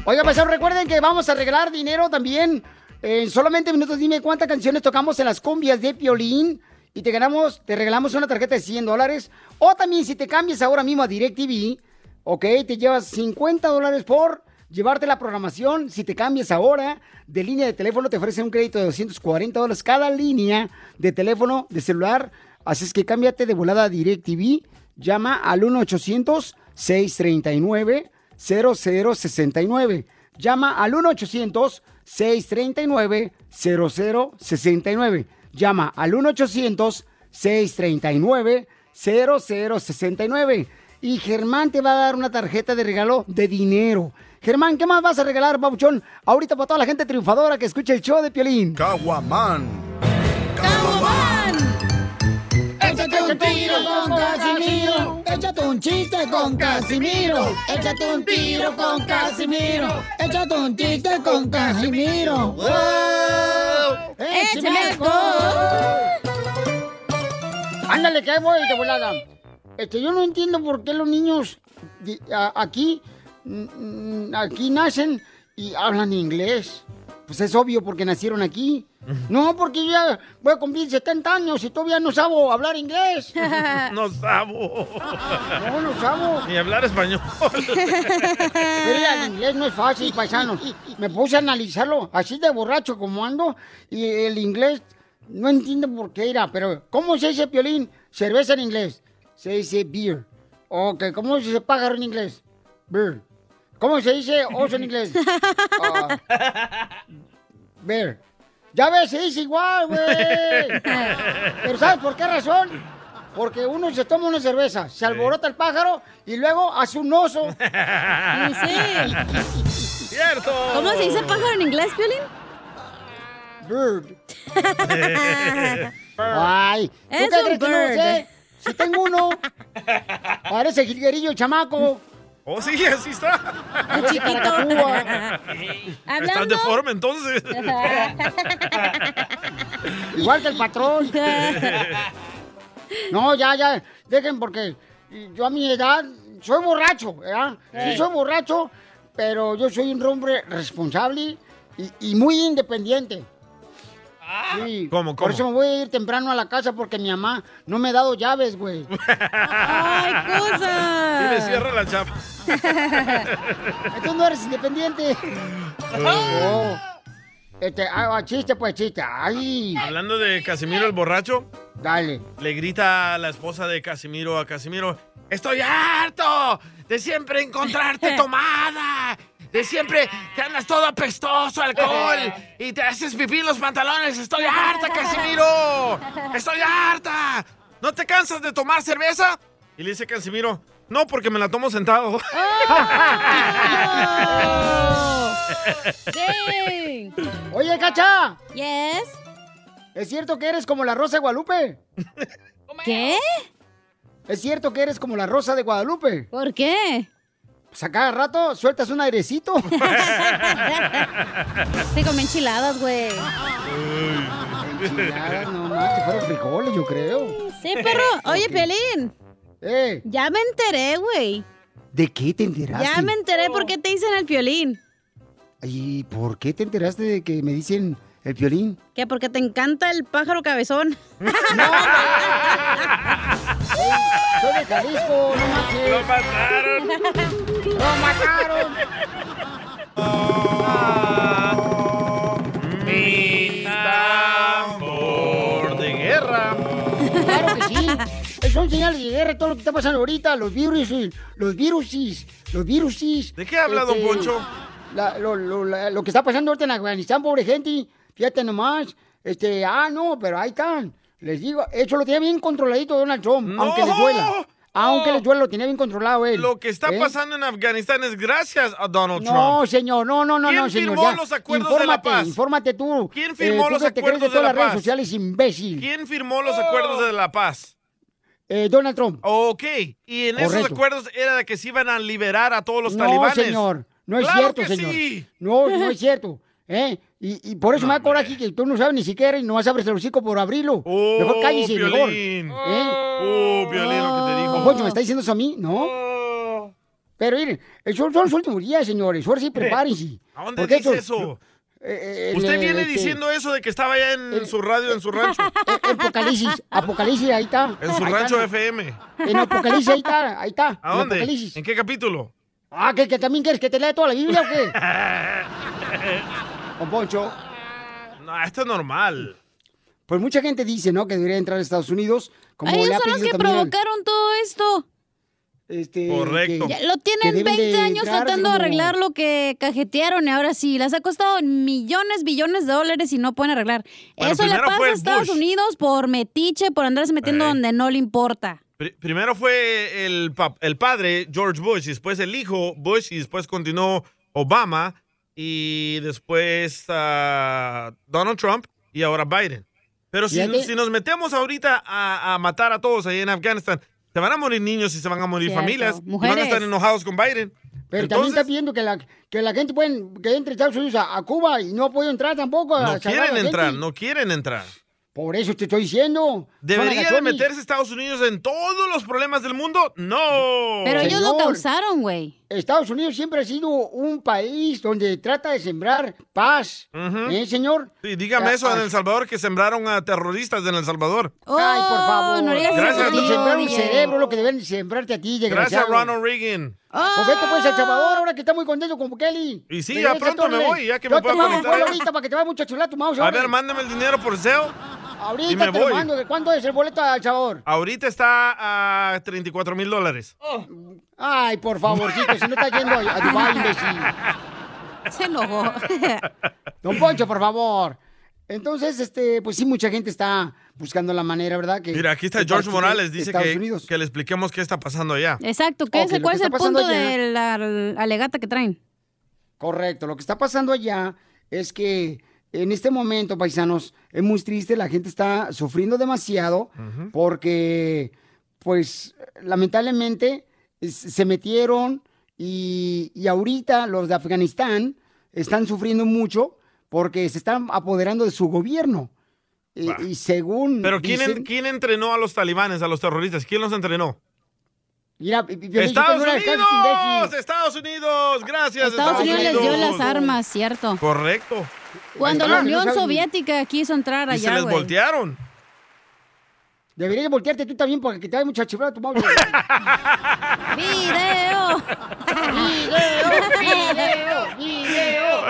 [SPEAKER 1] Oiga, pastor, recuerden que vamos a regalar dinero también. En solamente minutos, dime cuántas canciones tocamos en las cumbias de Piolín. Y te ganamos, te regalamos una tarjeta de 100 dólares. O también, si te cambias ahora mismo a DirecTV, ok, te llevas 50 dólares por llevarte la programación. Si te cambias ahora de línea de teléfono, te ofrecen un crédito de 240 dólares cada línea de teléfono, de celular. Así es que cámbiate de volada a DirecTV. Llama al 1-800-639. 0069. Llama al 1-800-639-0069. Llama al 1-800-639-0069. Y Germán te va a dar una tarjeta de regalo de dinero. Germán, ¿qué más vas a regalar, Babuchón? Ahorita para toda la gente triunfadora que escuche el show de Piolín.
[SPEAKER 8] Caguamán.
[SPEAKER 1] Échate un tiro con Casimiro. Échate un chiste con Casimiro. Échate un tiro con Casimiro. Échate un chiste con Casimiro. ¡Wow! ¡Échame alcohol! Ándale, que ahí voy de volada. Este, yo no entiendo por qué los niños de- a- aquí, mm, mm, aquí nacen y hablan inglés. Pues es obvio porque nacieron aquí. No, porque yo ya voy a cumplir 70 años y todavía no sabo hablar inglés.
[SPEAKER 2] No sabo.
[SPEAKER 1] No, no sabo.
[SPEAKER 2] Ni hablar español.
[SPEAKER 1] Mira, el inglés no es fácil, paisanos. Me puse a analizarlo así de borracho como ando y el inglés no entiendo por qué era, pero ¿cómo se dice piolín? Cerveza en inglés. Se dice beer. Ok, ¿cómo se dice pájaro en inglés? Beer. ¿Cómo se dice oso en inglés? Ah, bear. Ya ves, se dice igual, güey. Pero ¿sabes por qué razón? Porque uno se toma una cerveza, se alborota el pájaro y luego hace un oso.
[SPEAKER 2] sí. ¡Cierto!
[SPEAKER 3] ¿Cómo se dice pájaro en inglés, Piolín?
[SPEAKER 1] Bird. Ay, ¿tú qué crees que no lo sé? Si tengo uno. Parece jilguerillo, chamaco.
[SPEAKER 2] Oh, sí, así está.
[SPEAKER 1] Muy chiquito.
[SPEAKER 2] Estás deforme entonces.
[SPEAKER 1] Igual que el patrón. No, ya, ya. Dejen porque yo a mi edad soy borracho, ¿verdad? Sí,
[SPEAKER 5] Sí.
[SPEAKER 1] soy borracho, pero yo soy un hombre responsable y, y muy independiente. Sí.
[SPEAKER 2] Ah, ¿Cómo,
[SPEAKER 1] Por
[SPEAKER 2] cómo?
[SPEAKER 1] eso me voy a ir temprano a la casa porque mi mamá no me ha dado llaves, güey.
[SPEAKER 2] ¡Ay,
[SPEAKER 1] cosa!
[SPEAKER 2] Y le cierra la chapa.
[SPEAKER 1] Entonces no eres independiente. Oh. Este, ah, ah, chiste, pues chiste. Ay.
[SPEAKER 2] Hablando de Casimiro el borracho.
[SPEAKER 1] Dale.
[SPEAKER 2] Le grita a la esposa de Casimiro a Casimiro. Estoy harto de siempre encontrarte tomada. De siempre te andas todo apestoso, alcohol. Y te haces pipí en los pantalones. Estoy harta, Casimiro. Estoy harta. ¿No te cansas de tomar cerveza? Y le dice Casimiro. No, porque me la tomo sentado.
[SPEAKER 1] Oye, Cacha.
[SPEAKER 3] Yes.
[SPEAKER 1] ¿Es cierto que eres como la Rosa de Guadalupe?
[SPEAKER 3] ¿Qué?
[SPEAKER 1] ¿Es cierto que eres como la Rosa de Guadalupe?
[SPEAKER 3] ¿Por qué?
[SPEAKER 1] Pues a cada rato sueltas un airecito.
[SPEAKER 3] Te comí enchiladas, güey.
[SPEAKER 1] Enchiladas, no más, que fueron frijoles, yo creo.
[SPEAKER 3] Sí, perro. Oye, Pelín.
[SPEAKER 1] Eh.
[SPEAKER 3] Ya me enteré, güey.
[SPEAKER 1] ¿De qué te enteraste?
[SPEAKER 3] Ya me enteré por qué te dicen el Piolín.
[SPEAKER 1] ¿Y por qué te enteraste de que me dicen el violín?
[SPEAKER 3] Que porque te encanta el pájaro cabezón.
[SPEAKER 1] Soy de Jalisco, no manches.
[SPEAKER 5] ¡Lo mataron!
[SPEAKER 1] ¡Lo mataron!
[SPEAKER 2] Mi tambor de guerra.
[SPEAKER 1] Claro que sí. Son señales de guerra todo lo que está pasando ahorita. Los virus, los virusis, los virusis. Este,
[SPEAKER 2] ¿De qué habla, don Poncho?
[SPEAKER 1] la- lo, lo- la- lo que está pasando ahorita en Afganistán, pobre gente. Fíjate nomás. Este, ah, no, pero ahí están. Les digo, eso lo tiene bien controladito Donald Trump, aunque les duela. Aunque el duelo lo tenía bien controlado él.
[SPEAKER 2] Lo que está
[SPEAKER 1] ¿Eh?
[SPEAKER 2] pasando en Afganistán es gracias a Donald Trump.
[SPEAKER 1] No, señor, no, no, no,
[SPEAKER 2] ¿Quién
[SPEAKER 1] no, señor.
[SPEAKER 2] firmó
[SPEAKER 1] ya.
[SPEAKER 2] los acuerdos de la
[SPEAKER 1] infórmate,
[SPEAKER 2] paz?
[SPEAKER 1] Infórmate tú.
[SPEAKER 2] ¿Quién firmó
[SPEAKER 1] tú
[SPEAKER 2] los
[SPEAKER 1] que te crees
[SPEAKER 2] acuerdos de
[SPEAKER 1] todas
[SPEAKER 2] la
[SPEAKER 1] las redes
[SPEAKER 2] paz?
[SPEAKER 1] sociales, imbécil.
[SPEAKER 2] ¿Quién firmó los acuerdos de la paz?
[SPEAKER 1] Eh, Donald Trump.
[SPEAKER 2] Ok, y en esos
[SPEAKER 1] Correcto.
[SPEAKER 2] acuerdos era de que se iban a liberar a todos los
[SPEAKER 1] no,
[SPEAKER 2] talibanes.
[SPEAKER 1] señor. No es
[SPEAKER 2] ¡Claro
[SPEAKER 1] cierto,
[SPEAKER 2] que
[SPEAKER 1] señor.
[SPEAKER 2] sí!
[SPEAKER 1] No, no es cierto. ¿Eh? Y, y por eso me da coraje que tú no sabes ni siquiera y no vas a abrir el hocico por abrirlo. mejor cállese, mejor.
[SPEAKER 2] Piolín.
[SPEAKER 1] ¿Eh?
[SPEAKER 2] Oh, Piolín, lo que te dijo. Oh.
[SPEAKER 1] Don Poncho, ¿me está diciendo eso a mí? No. Pero miren, eh, son, son los últimos días, señores. Ahora sí, prepárense.
[SPEAKER 2] Eh, ¿A dónde
[SPEAKER 1] Porque
[SPEAKER 2] dice
[SPEAKER 1] esto-
[SPEAKER 2] eso?
[SPEAKER 1] eh, eh,
[SPEAKER 2] Usted
[SPEAKER 1] eh,
[SPEAKER 2] viene
[SPEAKER 1] este,
[SPEAKER 2] diciendo eso de que estaba allá en su radio, en su rancho.
[SPEAKER 1] Apocalipsis, Apocalipsis, ahí está.
[SPEAKER 2] En su
[SPEAKER 1] Ahí
[SPEAKER 2] rancho
[SPEAKER 1] está.
[SPEAKER 2] FM.
[SPEAKER 1] En Apocalipsis, ahí está, ahí está.
[SPEAKER 2] ¿A
[SPEAKER 1] en
[SPEAKER 2] dónde?
[SPEAKER 1] Apocalipsis.
[SPEAKER 2] ¿En qué capítulo?
[SPEAKER 1] Ah, ¿que, que también quieres que te lea toda la Biblia o qué? Don Poncho.
[SPEAKER 2] No, esto es normal.
[SPEAKER 1] Pues mucha gente dice, ¿no? Que debería entrar a Estados Unidos. Como le
[SPEAKER 3] Ellos
[SPEAKER 1] ha
[SPEAKER 3] son los
[SPEAKER 1] pedido
[SPEAKER 3] que
[SPEAKER 1] también al-
[SPEAKER 3] provocaron todo esto.
[SPEAKER 1] Este,
[SPEAKER 2] Correcto.
[SPEAKER 3] Ya lo tienen 20 años tratando de arreglar lo que cajetearon y ahora sí, les ha costado millones, billones de dólares y no pueden arreglar.
[SPEAKER 2] Bueno,
[SPEAKER 3] Eso le
[SPEAKER 2] primero
[SPEAKER 3] pasa
[SPEAKER 2] fue
[SPEAKER 3] a
[SPEAKER 2] el
[SPEAKER 3] Estados
[SPEAKER 2] Bush.
[SPEAKER 3] Unidos por metiche, por andarse metiendo
[SPEAKER 2] Ey.
[SPEAKER 3] donde no le importa.
[SPEAKER 2] Pri- primero fue el, pa- el padre, George Bush, y después el hijo, Bush, y después continuó Obama, y después ah, Donald Trump, y ahora Biden. Pero si,
[SPEAKER 1] Fíjate.
[SPEAKER 2] si nos metemos ahorita a, a matar a todos ahí en Afganistán, se van a morir niños y se van a morir
[SPEAKER 1] Cierto.
[SPEAKER 2] familias, y van a
[SPEAKER 1] Mujeres.
[SPEAKER 2] estar enojados con Biden.
[SPEAKER 1] Pero también está pidiendo que la, que la gente pueden, que entre a Estados Unidos a, a Cuba y no ha podido entrar tampoco. A
[SPEAKER 2] No
[SPEAKER 1] salvar a la
[SPEAKER 2] quieren
[SPEAKER 1] gente.
[SPEAKER 2] entrar, no quieren entrar.
[SPEAKER 1] Por eso te estoy diciendo. Son
[SPEAKER 2] ¿Debería de
[SPEAKER 1] agachones.
[SPEAKER 2] meterse Estados Unidos en todos los problemas del mundo? No.
[SPEAKER 1] Señor, Estados Unidos siempre ha sido un país donde trata de sembrar paz. ¿Eh, señor?
[SPEAKER 2] Sí, dígame
[SPEAKER 1] Ah,
[SPEAKER 2] eso en
[SPEAKER 1] ah.
[SPEAKER 2] El Salvador, que sembraron a terroristas en El Salvador.
[SPEAKER 1] Ay, por favor.
[SPEAKER 3] Oh, no digas
[SPEAKER 2] Gracias, eso, DJ.
[SPEAKER 1] Sembrar un
[SPEAKER 2] DJ.
[SPEAKER 1] cerebro, lo que deben sembrarte a ti, desgraciado.
[SPEAKER 2] Gracias, Ronald Reagan.
[SPEAKER 1] Pues vete pues a El Salvador ahora que está muy contento con Bukele.
[SPEAKER 2] Ah. Y sí,
[SPEAKER 1] Regresa,
[SPEAKER 2] ya pronto me
[SPEAKER 1] Torres.
[SPEAKER 2] voy, ya que
[SPEAKER 1] Yo te
[SPEAKER 2] me pueda
[SPEAKER 1] mando un
[SPEAKER 2] conectar.
[SPEAKER 1] vuelo ahorita para que te vaya mucho a chular tu mouse.
[SPEAKER 2] A
[SPEAKER 1] ahora.
[SPEAKER 2] ver, mándame el dinero por SEO.
[SPEAKER 1] Ahorita
[SPEAKER 2] y me
[SPEAKER 1] te
[SPEAKER 2] voy.
[SPEAKER 1] lo mando. ¿De cuánto es el boleto a El Salvador?
[SPEAKER 2] Ahorita está a 34 mil dólares.
[SPEAKER 3] Oh.
[SPEAKER 1] Ay, por favorcito, si no está yendo a, a Dubái, imbécil.
[SPEAKER 3] Se enojó.
[SPEAKER 1] Don Poncho, por favor. Entonces, este, pues sí, mucha gente está buscando la manera, ¿verdad? Que,
[SPEAKER 2] Mira, aquí está
[SPEAKER 1] que
[SPEAKER 2] George
[SPEAKER 1] participe
[SPEAKER 2] Morales. Dice
[SPEAKER 1] Estados
[SPEAKER 2] que,
[SPEAKER 1] Unidos.
[SPEAKER 2] que le expliquemos qué está pasando allá.
[SPEAKER 3] Exacto, ¿qué
[SPEAKER 1] Ok,
[SPEAKER 3] es,
[SPEAKER 1] lo
[SPEAKER 3] ¿cuál
[SPEAKER 1] que
[SPEAKER 3] es
[SPEAKER 1] está
[SPEAKER 3] el punto
[SPEAKER 1] pasando allá.
[SPEAKER 3] de la alegata que traen?
[SPEAKER 1] Correcto, lo que está pasando allá es que en este momento, paisanos, es muy triste, la gente está sufriendo demasiado
[SPEAKER 5] Ujú.
[SPEAKER 1] porque, pues, lamentablemente es- se metieron y, y ahorita los de Afganistán están sufriendo mucho porque se están apoderando de su gobierno. Y, y según...
[SPEAKER 2] Pero ¿quién, en-
[SPEAKER 1] dicen-
[SPEAKER 2] ¿quién entrenó a los talibanes, a los terroristas? ¿Quién los entrenó?
[SPEAKER 1] Mira, y- y- y-
[SPEAKER 2] ¡Estados
[SPEAKER 1] no le descanses,
[SPEAKER 2] Unidos!
[SPEAKER 1] imbécil.
[SPEAKER 2] ¡Estados Unidos! Gracias,
[SPEAKER 3] Estados Unidos les dio Pues las armas, ¿cierto?
[SPEAKER 2] Correcto.
[SPEAKER 3] Cuando
[SPEAKER 2] Ahí está.
[SPEAKER 3] la Unión Soviética quiso entrar
[SPEAKER 2] Y se
[SPEAKER 3] allá,
[SPEAKER 2] les
[SPEAKER 3] güey.
[SPEAKER 2] voltearon.
[SPEAKER 1] Deberías de voltearte tú también porque que te vaya mucho a chiflar tu móvil.
[SPEAKER 3] ¡Video!
[SPEAKER 5] ¡Video!
[SPEAKER 1] ¡Video!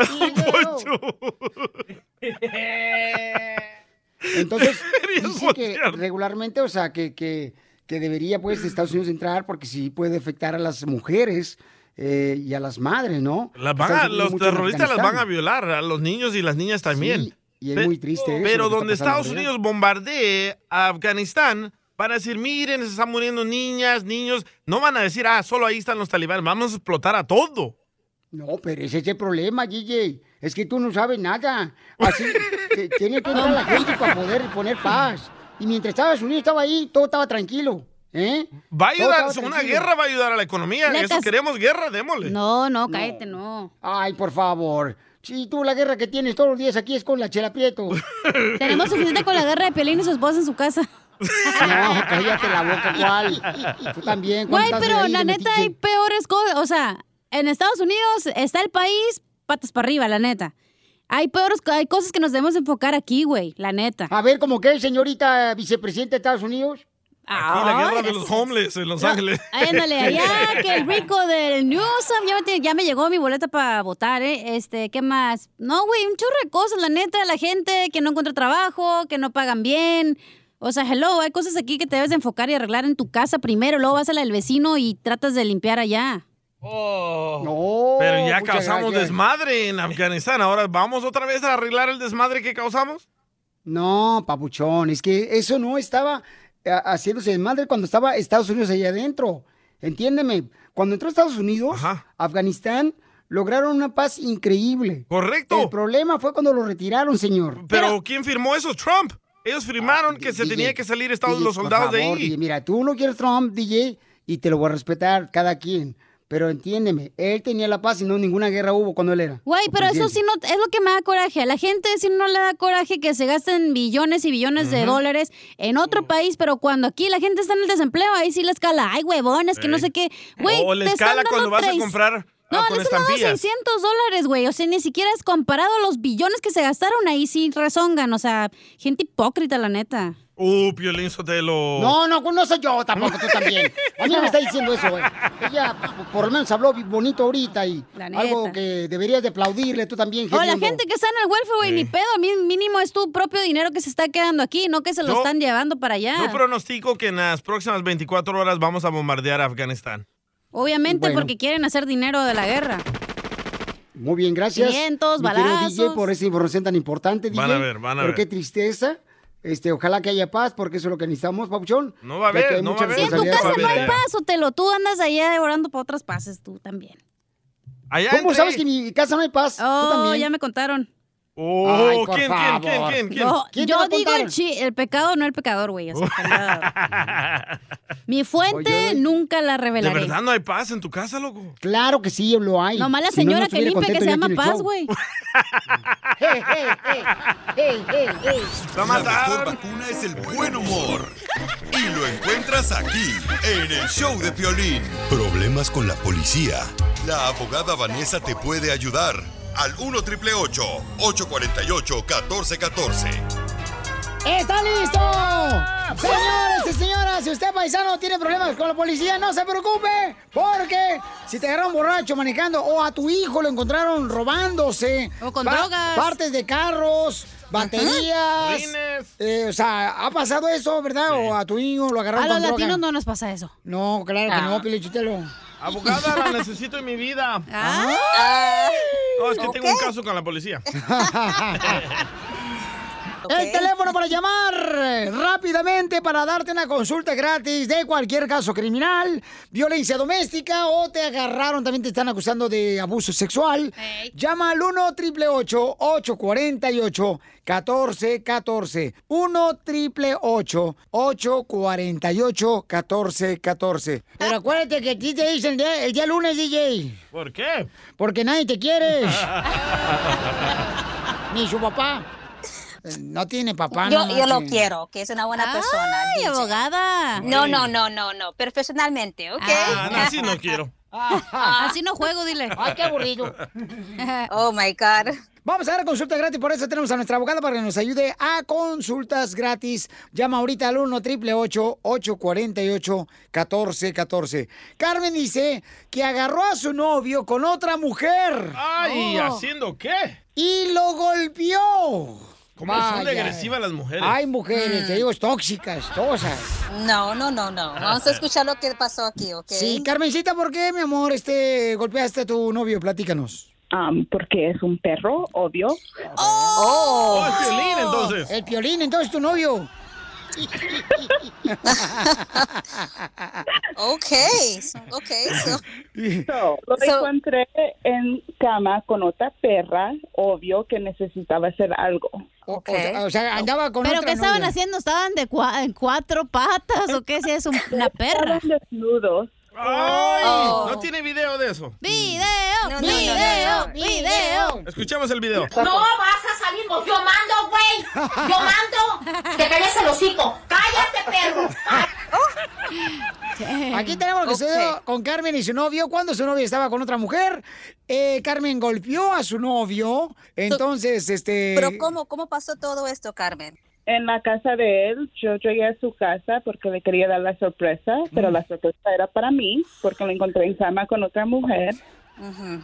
[SPEAKER 1] ¡Video! Entonces, dice que regularmente, o sea, que, que, que debería, pues, Estados Unidos entrar porque sí puede afectar a las mujeres eh, y a las madres, ¿no?
[SPEAKER 2] Las
[SPEAKER 1] Que están
[SPEAKER 2] van a-
[SPEAKER 1] sufriendo
[SPEAKER 2] los
[SPEAKER 1] mucho en
[SPEAKER 2] terroristas las
[SPEAKER 1] Afganistán.
[SPEAKER 2] van a violar, a los niños y las niñas también.
[SPEAKER 1] Sí, y es
[SPEAKER 2] Pe-
[SPEAKER 1] muy triste eso,
[SPEAKER 2] Pero
[SPEAKER 1] lo que está
[SPEAKER 2] donde
[SPEAKER 1] pasando
[SPEAKER 2] Estados
[SPEAKER 1] allá.
[SPEAKER 2] Unidos bombardee a Afganistán, van a decir, miren, se están muriendo niñas, niños. No van a decir, ah, solo ahí están los talibanes, vamos a explotar a todo.
[SPEAKER 1] No, pero ese es el problema, DJ. Es que tú no sabes nada. Así que tiene que entrar la gente para poder poner paz. Y mientras Estados Unidos estaba ahí, todo estaba tranquilo. ¿eh?
[SPEAKER 2] Va a
[SPEAKER 1] Todo
[SPEAKER 2] ayudar,
[SPEAKER 1] estaba
[SPEAKER 2] una
[SPEAKER 1] tranquilo.
[SPEAKER 2] guerra va a ayudar a la economía.
[SPEAKER 1] Neta,
[SPEAKER 2] Eso
[SPEAKER 1] sí.
[SPEAKER 2] queremos guerra, démosle.
[SPEAKER 3] No, no, cállate, no.
[SPEAKER 1] Ay, por favor. Si tú la guerra que tienes todos los días aquí es con la chela prieto.
[SPEAKER 3] Tenemos suficiente con la guerra de Pelín y su esposa en su casa.
[SPEAKER 1] No, cállate la boca, ¿cuál? Tú también.
[SPEAKER 3] Güey,
[SPEAKER 1] ¿cuántas
[SPEAKER 3] pero
[SPEAKER 1] ahí
[SPEAKER 3] la
[SPEAKER 1] de
[SPEAKER 3] neta
[SPEAKER 1] metiche?
[SPEAKER 3] hay peores cosas. O sea, en Estados Unidos está el país patas para arriba, la neta. Hay peores, co- hay cosas que nos debemos enfocar aquí, güey, la neta.
[SPEAKER 1] A ver, ¿cómo qué, señorita vicepresidenta de Estados Unidos?
[SPEAKER 2] Y la guerra de
[SPEAKER 3] gracias.
[SPEAKER 2] los homeless en Los Ángeles.
[SPEAKER 3] Ándale, allá que el rico del Newsom ya me, tiene- ya me llegó mi boleta para votar, ¿eh? Este, ¿qué más? No, güey, un chorro de cosas, la neta, la gente que no encuentra trabajo, que no pagan bien. O sea, hello, hay cosas aquí que te debes de enfocar y arreglar en tu casa primero, luego vas a la del vecino y tratas de limpiar allá.
[SPEAKER 1] No.
[SPEAKER 2] Oh. Pero ya
[SPEAKER 1] muchas
[SPEAKER 2] causamos
[SPEAKER 1] gracias.
[SPEAKER 2] desmadre en Afganistán. Ahora vamos otra vez a arreglar el desmadre que causamos.
[SPEAKER 1] No, papuchón, es que eso no estaba a- haciéndose desmadre cuando estaba Estados Unidos allá adentro. Entiéndeme, cuando entró Estados Unidos, Afganistán, lograron una paz increíble.
[SPEAKER 2] Correcto.
[SPEAKER 1] El problema fue cuando lo retiraron, señor.
[SPEAKER 2] Pero ¿quién firmó eso? Trump. Ellos firmaron
[SPEAKER 1] Ah,
[SPEAKER 2] que se tenía que salir Estados
[SPEAKER 1] DJ,
[SPEAKER 2] los soldados
[SPEAKER 1] por favor,
[SPEAKER 2] de ahí.
[SPEAKER 1] DJ, mira, tú no quieres Trump, DJ, y te lo voy a respetar cada quien. Pero entiéndeme, él tenía la paz y no ninguna guerra hubo cuando él era.
[SPEAKER 3] Güey, pero eso
[SPEAKER 1] presidente.
[SPEAKER 3] sí no es lo que me da coraje. A la gente sí no le da coraje que se gasten billones y billones de
[SPEAKER 1] Ujú.
[SPEAKER 3] dólares en
[SPEAKER 2] Mm.
[SPEAKER 3] otro país, pero cuando aquí la gente está en el desempleo, ahí sí le escala. Ay, huevones, que no
[SPEAKER 2] Ey.
[SPEAKER 3] sé qué. Güey,
[SPEAKER 2] o le
[SPEAKER 3] te están
[SPEAKER 2] escala
[SPEAKER 3] dando
[SPEAKER 2] cuando vas a
[SPEAKER 3] tres-
[SPEAKER 2] comprar
[SPEAKER 3] No,
[SPEAKER 2] ah,
[SPEAKER 3] le
[SPEAKER 2] con
[SPEAKER 3] están dando
[SPEAKER 2] estampillas.
[SPEAKER 3] 600 dólares, güey. O sea, ni siquiera es comparado a los billones que se gastaron ahí, sí rezongan. O sea, gente hipócrita, la neta.
[SPEAKER 2] Uh, Piolín Sotelo.
[SPEAKER 1] No, no, no soy yo tampoco, tú también. A mí no me está diciendo eso, güey. Ella p- por lo menos habló bonito ahorita y
[SPEAKER 3] La neta.
[SPEAKER 1] algo que deberías de aplaudirle tú también.
[SPEAKER 3] O la
[SPEAKER 1] Gediondo.
[SPEAKER 3] gente que está en el welfare, güey, ni pedo. mí- Mínimo es tu propio dinero que se está quedando aquí, no que se lo
[SPEAKER 2] Yo-
[SPEAKER 3] están llevando para allá.
[SPEAKER 2] Yo pronostico que en las próximas 24 horas vamos a bombardear Afganistán.
[SPEAKER 3] Obviamente,
[SPEAKER 2] Bueno.
[SPEAKER 3] porque quieren hacer dinero de la guerra.
[SPEAKER 1] Muy bien, gracias.
[SPEAKER 3] 500
[SPEAKER 1] mi querido
[SPEAKER 3] balazos.
[SPEAKER 1] DJ, por esa información tan importante, DJ.
[SPEAKER 2] Van a ver, van a
[SPEAKER 1] Pero
[SPEAKER 2] ver.
[SPEAKER 1] qué tristeza. Este, ojalá que haya paz, porque eso es lo que necesitamos, Papuchón.
[SPEAKER 2] No va a
[SPEAKER 1] Ya que
[SPEAKER 2] haber,
[SPEAKER 1] hay
[SPEAKER 2] no va
[SPEAKER 1] mucha
[SPEAKER 2] a haber.
[SPEAKER 3] Si en tu
[SPEAKER 1] responsabilidad
[SPEAKER 3] casa no hay
[SPEAKER 1] ahorita.
[SPEAKER 3] paz, Otelo, tú andas allá orando para otras paces, tú también.
[SPEAKER 2] Allá
[SPEAKER 1] ¿Cómo
[SPEAKER 2] entre-
[SPEAKER 1] sabes que en mi casa no hay paz?
[SPEAKER 3] Oh,
[SPEAKER 1] Tú también.
[SPEAKER 3] ya me contaron.
[SPEAKER 2] Oh,
[SPEAKER 1] Ay, por
[SPEAKER 2] ¿quién, quién, quién,
[SPEAKER 1] favor.
[SPEAKER 2] quién, quién?
[SPEAKER 3] No,
[SPEAKER 1] ¿Quién te
[SPEAKER 3] yo
[SPEAKER 1] va a
[SPEAKER 3] digo
[SPEAKER 1] contar?
[SPEAKER 3] el, chi- el pecado, no el pecador, güey. o sea, mi fuente nunca Pues la
[SPEAKER 2] ¿De
[SPEAKER 3] revelaré.
[SPEAKER 2] verdad no hay paz en tu casa, loco?
[SPEAKER 1] Claro que sí, lo hay.
[SPEAKER 3] Nomás la
[SPEAKER 1] Si no, no
[SPEAKER 3] señora que
[SPEAKER 1] estuviera
[SPEAKER 3] limpia que
[SPEAKER 1] contento
[SPEAKER 3] se
[SPEAKER 1] yo
[SPEAKER 3] llama
[SPEAKER 1] aquí en el
[SPEAKER 3] Paz,
[SPEAKER 1] show.
[SPEAKER 3] güey.
[SPEAKER 8] La mejor vacuna es el buen humor. Y lo encuentras aquí, en el show de Piolín. Problemas con la policía. La abogada Vanessa te puede ayudar. Al 1 triple 848 1414.
[SPEAKER 1] ¡Está listo! Señores y señoras, si usted paisano tiene problemas con la policía, no se preocupe, porque si te agarraron borracho manejando o a tu hijo lo encontraron robándose
[SPEAKER 3] o con
[SPEAKER 1] drogas, partes de carros, baterías, eh, o sea, ha pasado eso, ¿verdad? O a tu hijo lo agarraron
[SPEAKER 3] A los
[SPEAKER 1] con droga.
[SPEAKER 3] latinos no nos pasa eso.
[SPEAKER 1] No, claro que
[SPEAKER 3] Ah.
[SPEAKER 1] no, Pilichitelo.
[SPEAKER 2] Abogada, la necesito en mi vida.
[SPEAKER 3] Ah.
[SPEAKER 2] No, es que tengo un caso con la policía.
[SPEAKER 3] Ah.
[SPEAKER 1] El teléfono para llamar eh, rápidamente para darte una consulta gratis de cualquier caso criminal, violencia doméstica o te agarraron, también te están acusando de abuso sexual. Llama al 1 888 848 1414 1 888 848 1414 Pero acuérdate que a ti te dicen el día, el día lunes, DJ.
[SPEAKER 2] ¿Por qué?
[SPEAKER 1] Porque nadie te quiere. Ni su papá. Eh, No tiene papá.
[SPEAKER 11] Yo,
[SPEAKER 1] no
[SPEAKER 11] yo lo
[SPEAKER 1] marchen.
[SPEAKER 11] quiero, que es una buena persona.
[SPEAKER 3] Ay,
[SPEAKER 11] DJ.
[SPEAKER 3] abogada.
[SPEAKER 11] No, no, no, no, no. Profesionalmente, ¿ok?
[SPEAKER 2] Ah, no, así no quiero.
[SPEAKER 3] Así no juego, dile.
[SPEAKER 1] Ah. Ay, qué aburrido.
[SPEAKER 11] Oh my God.
[SPEAKER 1] Vamos a dar consultas gratis, por eso tenemos a nuestra abogada para que nos ayude a consultas gratis. Llama ahorita al 1 888 848 1414 Carmen dice que agarró a su novio con otra mujer.
[SPEAKER 2] Ay,
[SPEAKER 1] Oh.
[SPEAKER 2] ¿haciendo qué?
[SPEAKER 1] Y lo golpeó.
[SPEAKER 2] ¿Cómo son de
[SPEAKER 1] Vaya.
[SPEAKER 2] agresivas las mujeres?
[SPEAKER 1] Ay, mujeres, te digo, es tóxicas, tosas.
[SPEAKER 11] No, no, no, no. Vamos a escuchar lo que pasó aquí, ¿ok?
[SPEAKER 1] Sí, Carmencita, ¿por qué, mi amor, este, golpeaste a tu novio? Platícanos.
[SPEAKER 12] porque es un perro, obvio.
[SPEAKER 1] ¡Oh!
[SPEAKER 12] Oh, el Piolín, entonces.
[SPEAKER 1] El Piolín, entonces, tu novio.
[SPEAKER 11] Ok, so- ok. so-
[SPEAKER 12] So, lo
[SPEAKER 11] So-
[SPEAKER 12] encontré en cama con otra perra, obvio que necesitaba hacer algo.
[SPEAKER 1] O sea, o sea, andaba con
[SPEAKER 3] ¿Pero
[SPEAKER 1] otra
[SPEAKER 3] qué estaban
[SPEAKER 1] novia.
[SPEAKER 3] haciendo? ¿Estaban de cua- en cuatro patas o qué? Si es un- una perra.
[SPEAKER 12] desnudos.
[SPEAKER 2] Ay,
[SPEAKER 3] Oh.
[SPEAKER 2] no tiene video de eso.
[SPEAKER 3] ¡Video!
[SPEAKER 2] No, no, no, no,
[SPEAKER 3] ¡Video!
[SPEAKER 2] no.
[SPEAKER 3] ¡Video!
[SPEAKER 2] Escuchemos el video.
[SPEAKER 16] No vas a salir, pues yo mando, güey. Yo mando. Te calles el hocico. Cállate, perro.
[SPEAKER 1] Oh. Aquí tenemos lo que sucedió con Carmen y su novio. Cuando su novio estaba con otra mujer, eh, Carmen golpeó a su novio. Entonces, este...
[SPEAKER 11] Pero ¿cómo, ¿cómo pasó todo esto, Carmen?
[SPEAKER 12] En la casa de él, yo llegué a su casa porque le quería dar la sorpresa, pero
[SPEAKER 11] Mm.
[SPEAKER 12] la sorpresa era para mí porque lo encontré en cama con otra mujer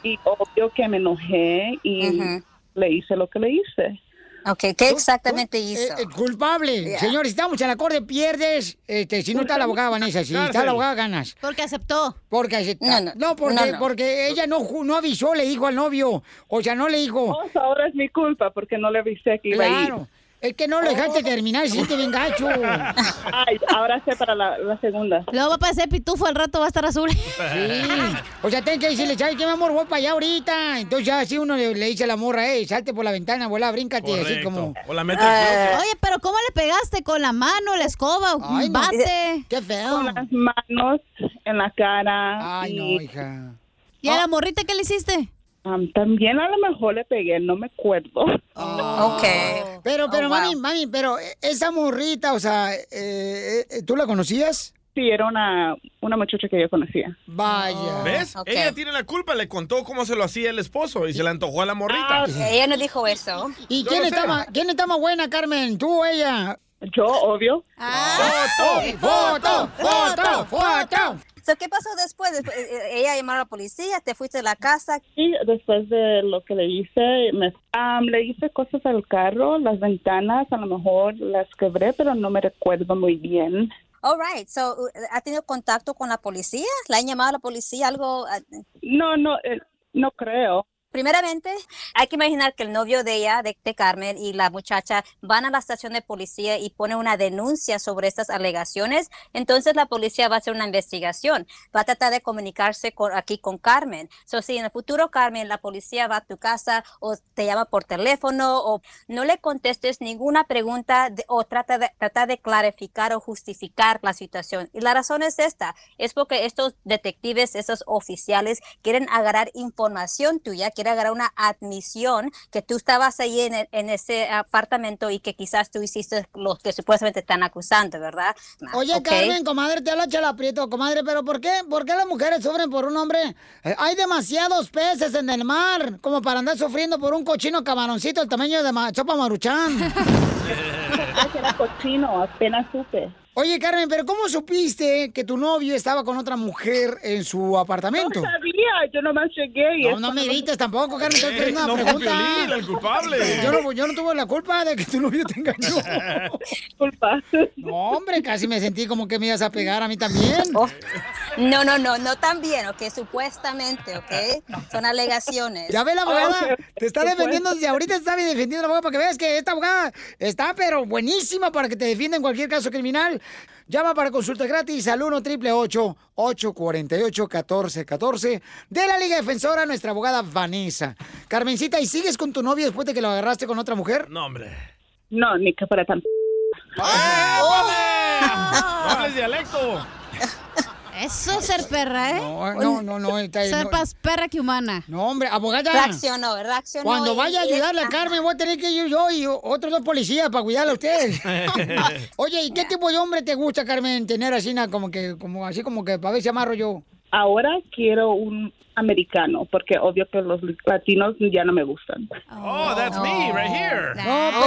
[SPEAKER 12] y obvio que me enojé y
[SPEAKER 11] Ujú.
[SPEAKER 12] le hice lo que le hice.
[SPEAKER 11] Ok, ¿qué exactamente
[SPEAKER 1] eh,
[SPEAKER 11] hizo?
[SPEAKER 1] eh, culpable.
[SPEAKER 11] Yeah.
[SPEAKER 1] Señores, estamos en la corte, pierdes. Este, si no está la abogada Vanessa, si está
[SPEAKER 3] Cárcel.
[SPEAKER 1] la abogada ganas.
[SPEAKER 3] Porque aceptó.
[SPEAKER 1] Porque acepta-
[SPEAKER 3] No, no.
[SPEAKER 1] porque,
[SPEAKER 3] No, no.
[SPEAKER 1] porque ella no, ju- no avisó, le dijo al novio. O sea, no le dijo.
[SPEAKER 12] ahora es mi culpa porque no le avisé que iba a ir.
[SPEAKER 1] Claro. Es que no lo dejaste terminar, si te vengacho.
[SPEAKER 12] Ay, ahora sé para la, la segunda.
[SPEAKER 3] Luego va a parecer pitufo, al rato va a estar azul.
[SPEAKER 1] Sí. O sea, tengo que decirle, ¿sabes qué, mi amor? Voy para allá ahorita. Entonces ya así uno le, le dice a la morra, eh, salte por la ventana, abuela, bríncate, así
[SPEAKER 2] Correcto.
[SPEAKER 1] como... Ah.
[SPEAKER 2] O la meta al closet.
[SPEAKER 3] Oye, pero ¿cómo le pegaste? ¿Con la mano, la escoba, un
[SPEAKER 12] Ay, no.
[SPEAKER 3] bate?
[SPEAKER 1] Qué feo.
[SPEAKER 12] Con las manos en la cara.
[SPEAKER 1] Ay,
[SPEAKER 12] y-
[SPEAKER 1] no, hija.
[SPEAKER 3] ¿Y a la morrita qué le hiciste?
[SPEAKER 12] Ah. Am, también a lo mejor le pegué, no me acuerdo.
[SPEAKER 1] Ok. Pero,
[SPEAKER 12] Oh,
[SPEAKER 1] pero, mami, mami, pero eh, esa morrita, o sea, eh, eh, eh, ¿tú la conocías?
[SPEAKER 12] Sí, era una, una muchacha que yo conocía.
[SPEAKER 1] Vaya.
[SPEAKER 2] ¿Ves?
[SPEAKER 27] Ok.
[SPEAKER 2] Ella tiene la culpa, le contó cómo se lo hacía el esposo y se le antojó a la morrita.
[SPEAKER 27] Ah, ok, Ella no dijo eso.
[SPEAKER 1] ¿Y quién está, más, quién está más buena, Carmen? ¿Tú o ella?
[SPEAKER 12] Yo, obvio.
[SPEAKER 1] ¡Foto! ¡Foto! ¡Foto! ¡Foto!
[SPEAKER 27] So, ¿Qué pasó después? Después, eh, Ella llamó a la policía, te fuiste de la casa.
[SPEAKER 12] Y después de lo que le hice, me, am, le hice cosas al carro, las ventanas, a lo mejor las quebré, pero no me recuerdo muy bien.
[SPEAKER 27] All right, so, uh, ¿ha tenido contacto con la policía? ¿La han llamado a la policía? ¿Algo? eh,
[SPEAKER 12] No, no, eh, no creo.
[SPEAKER 27] Primeramente, hay que imaginar que el novio de ella, de, de Carmen, y la muchacha van a la estación de policía y ponen una denuncia sobre estas alegaciones. Entonces la policía va a hacer una investigación, va a tratar de comunicarse con- aquí con Carmen. So, si en el futuro, Carmen, la policía va a tu casa o te llama por teléfono o no le contestes ninguna pregunta de- o trata de, trata de clarificar o justificar la situación. Y la razón es esta, es porque estos detectives, estos oficiales quieren agarrar información tuya, quieren agarrar una admisión que tú estabas ahí en, e- en ese apartamento y que quizás tú hiciste lo que supuestamente están acusando, ¿verdad? Ah,
[SPEAKER 1] Oye,
[SPEAKER 27] Ok.
[SPEAKER 1] Carmen, comadre, te habla Chela Prieto, comadre, pero ¿por qué? ¿Por qué las mujeres sufren por un hombre? Eh, Hay demasiados peces en el mar como para andar sufriendo por un cochino camaroncito del tamaño de ma- Chopa Maruchán.
[SPEAKER 12] que era cochino, apenas supe.
[SPEAKER 1] Oye, Carmen, pero ¿cómo supiste que tu novio estaba con otra mujer en su apartamento?
[SPEAKER 12] No sabía, yo nomás llegué y...
[SPEAKER 1] No, no me grites tampoco, Carmen, estoy
[SPEAKER 12] Eh,
[SPEAKER 1] haciendo una
[SPEAKER 12] no fue
[SPEAKER 1] pregunta.
[SPEAKER 12] Piolín el culpable.
[SPEAKER 1] Yo no, yo no tuve la culpa de que tu novio te engañó.
[SPEAKER 12] Culpa.
[SPEAKER 1] No, hombre, casi me sentí como que me ibas a pegar a mí también.
[SPEAKER 12] Oh.
[SPEAKER 27] No, no, no, no tan bien, ¿ok? Supuestamente, ¿ok? Son alegaciones.
[SPEAKER 1] Ya
[SPEAKER 12] Oh,
[SPEAKER 1] ve la abogada, te está
[SPEAKER 27] Supuesto.
[SPEAKER 1] defendiendo desde ahorita, está defendiendo la abogada para que veas que esta abogada está pero buenísima para que te defienda en cualquier caso criminal. Llama para consulta gratis al 1 888 848 1414 de la Liga Defensora, nuestra abogada Vanessa. Carmencita, ¿y sigues con tu novio después de que lo agarraste con otra mujer?
[SPEAKER 2] No, hombre.
[SPEAKER 12] No, ni que fuera tan...
[SPEAKER 3] ¡Eh,
[SPEAKER 2] No hables dialecto.
[SPEAKER 3] Eso es ser perra, ¿eh?
[SPEAKER 1] No, no, no, no. está-
[SPEAKER 3] Ser
[SPEAKER 1] no.
[SPEAKER 3] más perra que humana.
[SPEAKER 1] No, hombre, abogada.
[SPEAKER 27] Reaccionó, reaccionó.
[SPEAKER 1] Cuando
[SPEAKER 27] y-
[SPEAKER 1] vaya a
[SPEAKER 27] y-
[SPEAKER 1] ayudarle a Carmen, voy a tener que ir yo y o- otros dos policías para cuidarla a usted. Oye, ¿y qué tipo de hombre te gusta, Carmen, tener así na- como que, como así como que para ver si amarro yo?
[SPEAKER 12] Ahora quiero un americano, porque obvio que los latinos ya no me gustan.
[SPEAKER 2] Oh, that's me right here.
[SPEAKER 1] No, pues,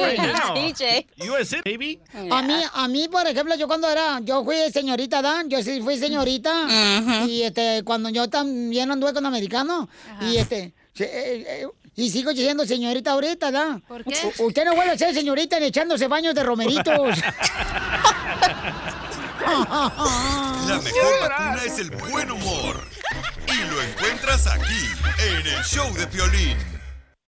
[SPEAKER 2] Right
[SPEAKER 1] espérate.
[SPEAKER 11] Oh,
[SPEAKER 2] now. USA, baby.
[SPEAKER 1] A mí, a mí, por ejemplo, yo cuando era, yo fui señorita, Dan, yo sí fui señorita, y este, cuando yo también anduve con americano, y este, se- eh, eh, y sigo siendo señorita ahorita, Dan.
[SPEAKER 3] ¿Por qué?
[SPEAKER 1] U- usted no vuelve a ser señorita ni echándose baños de romeritos.
[SPEAKER 8] La mejor vacuna es el buen humor. Y lo encuentras aquí, en el show de Piolín.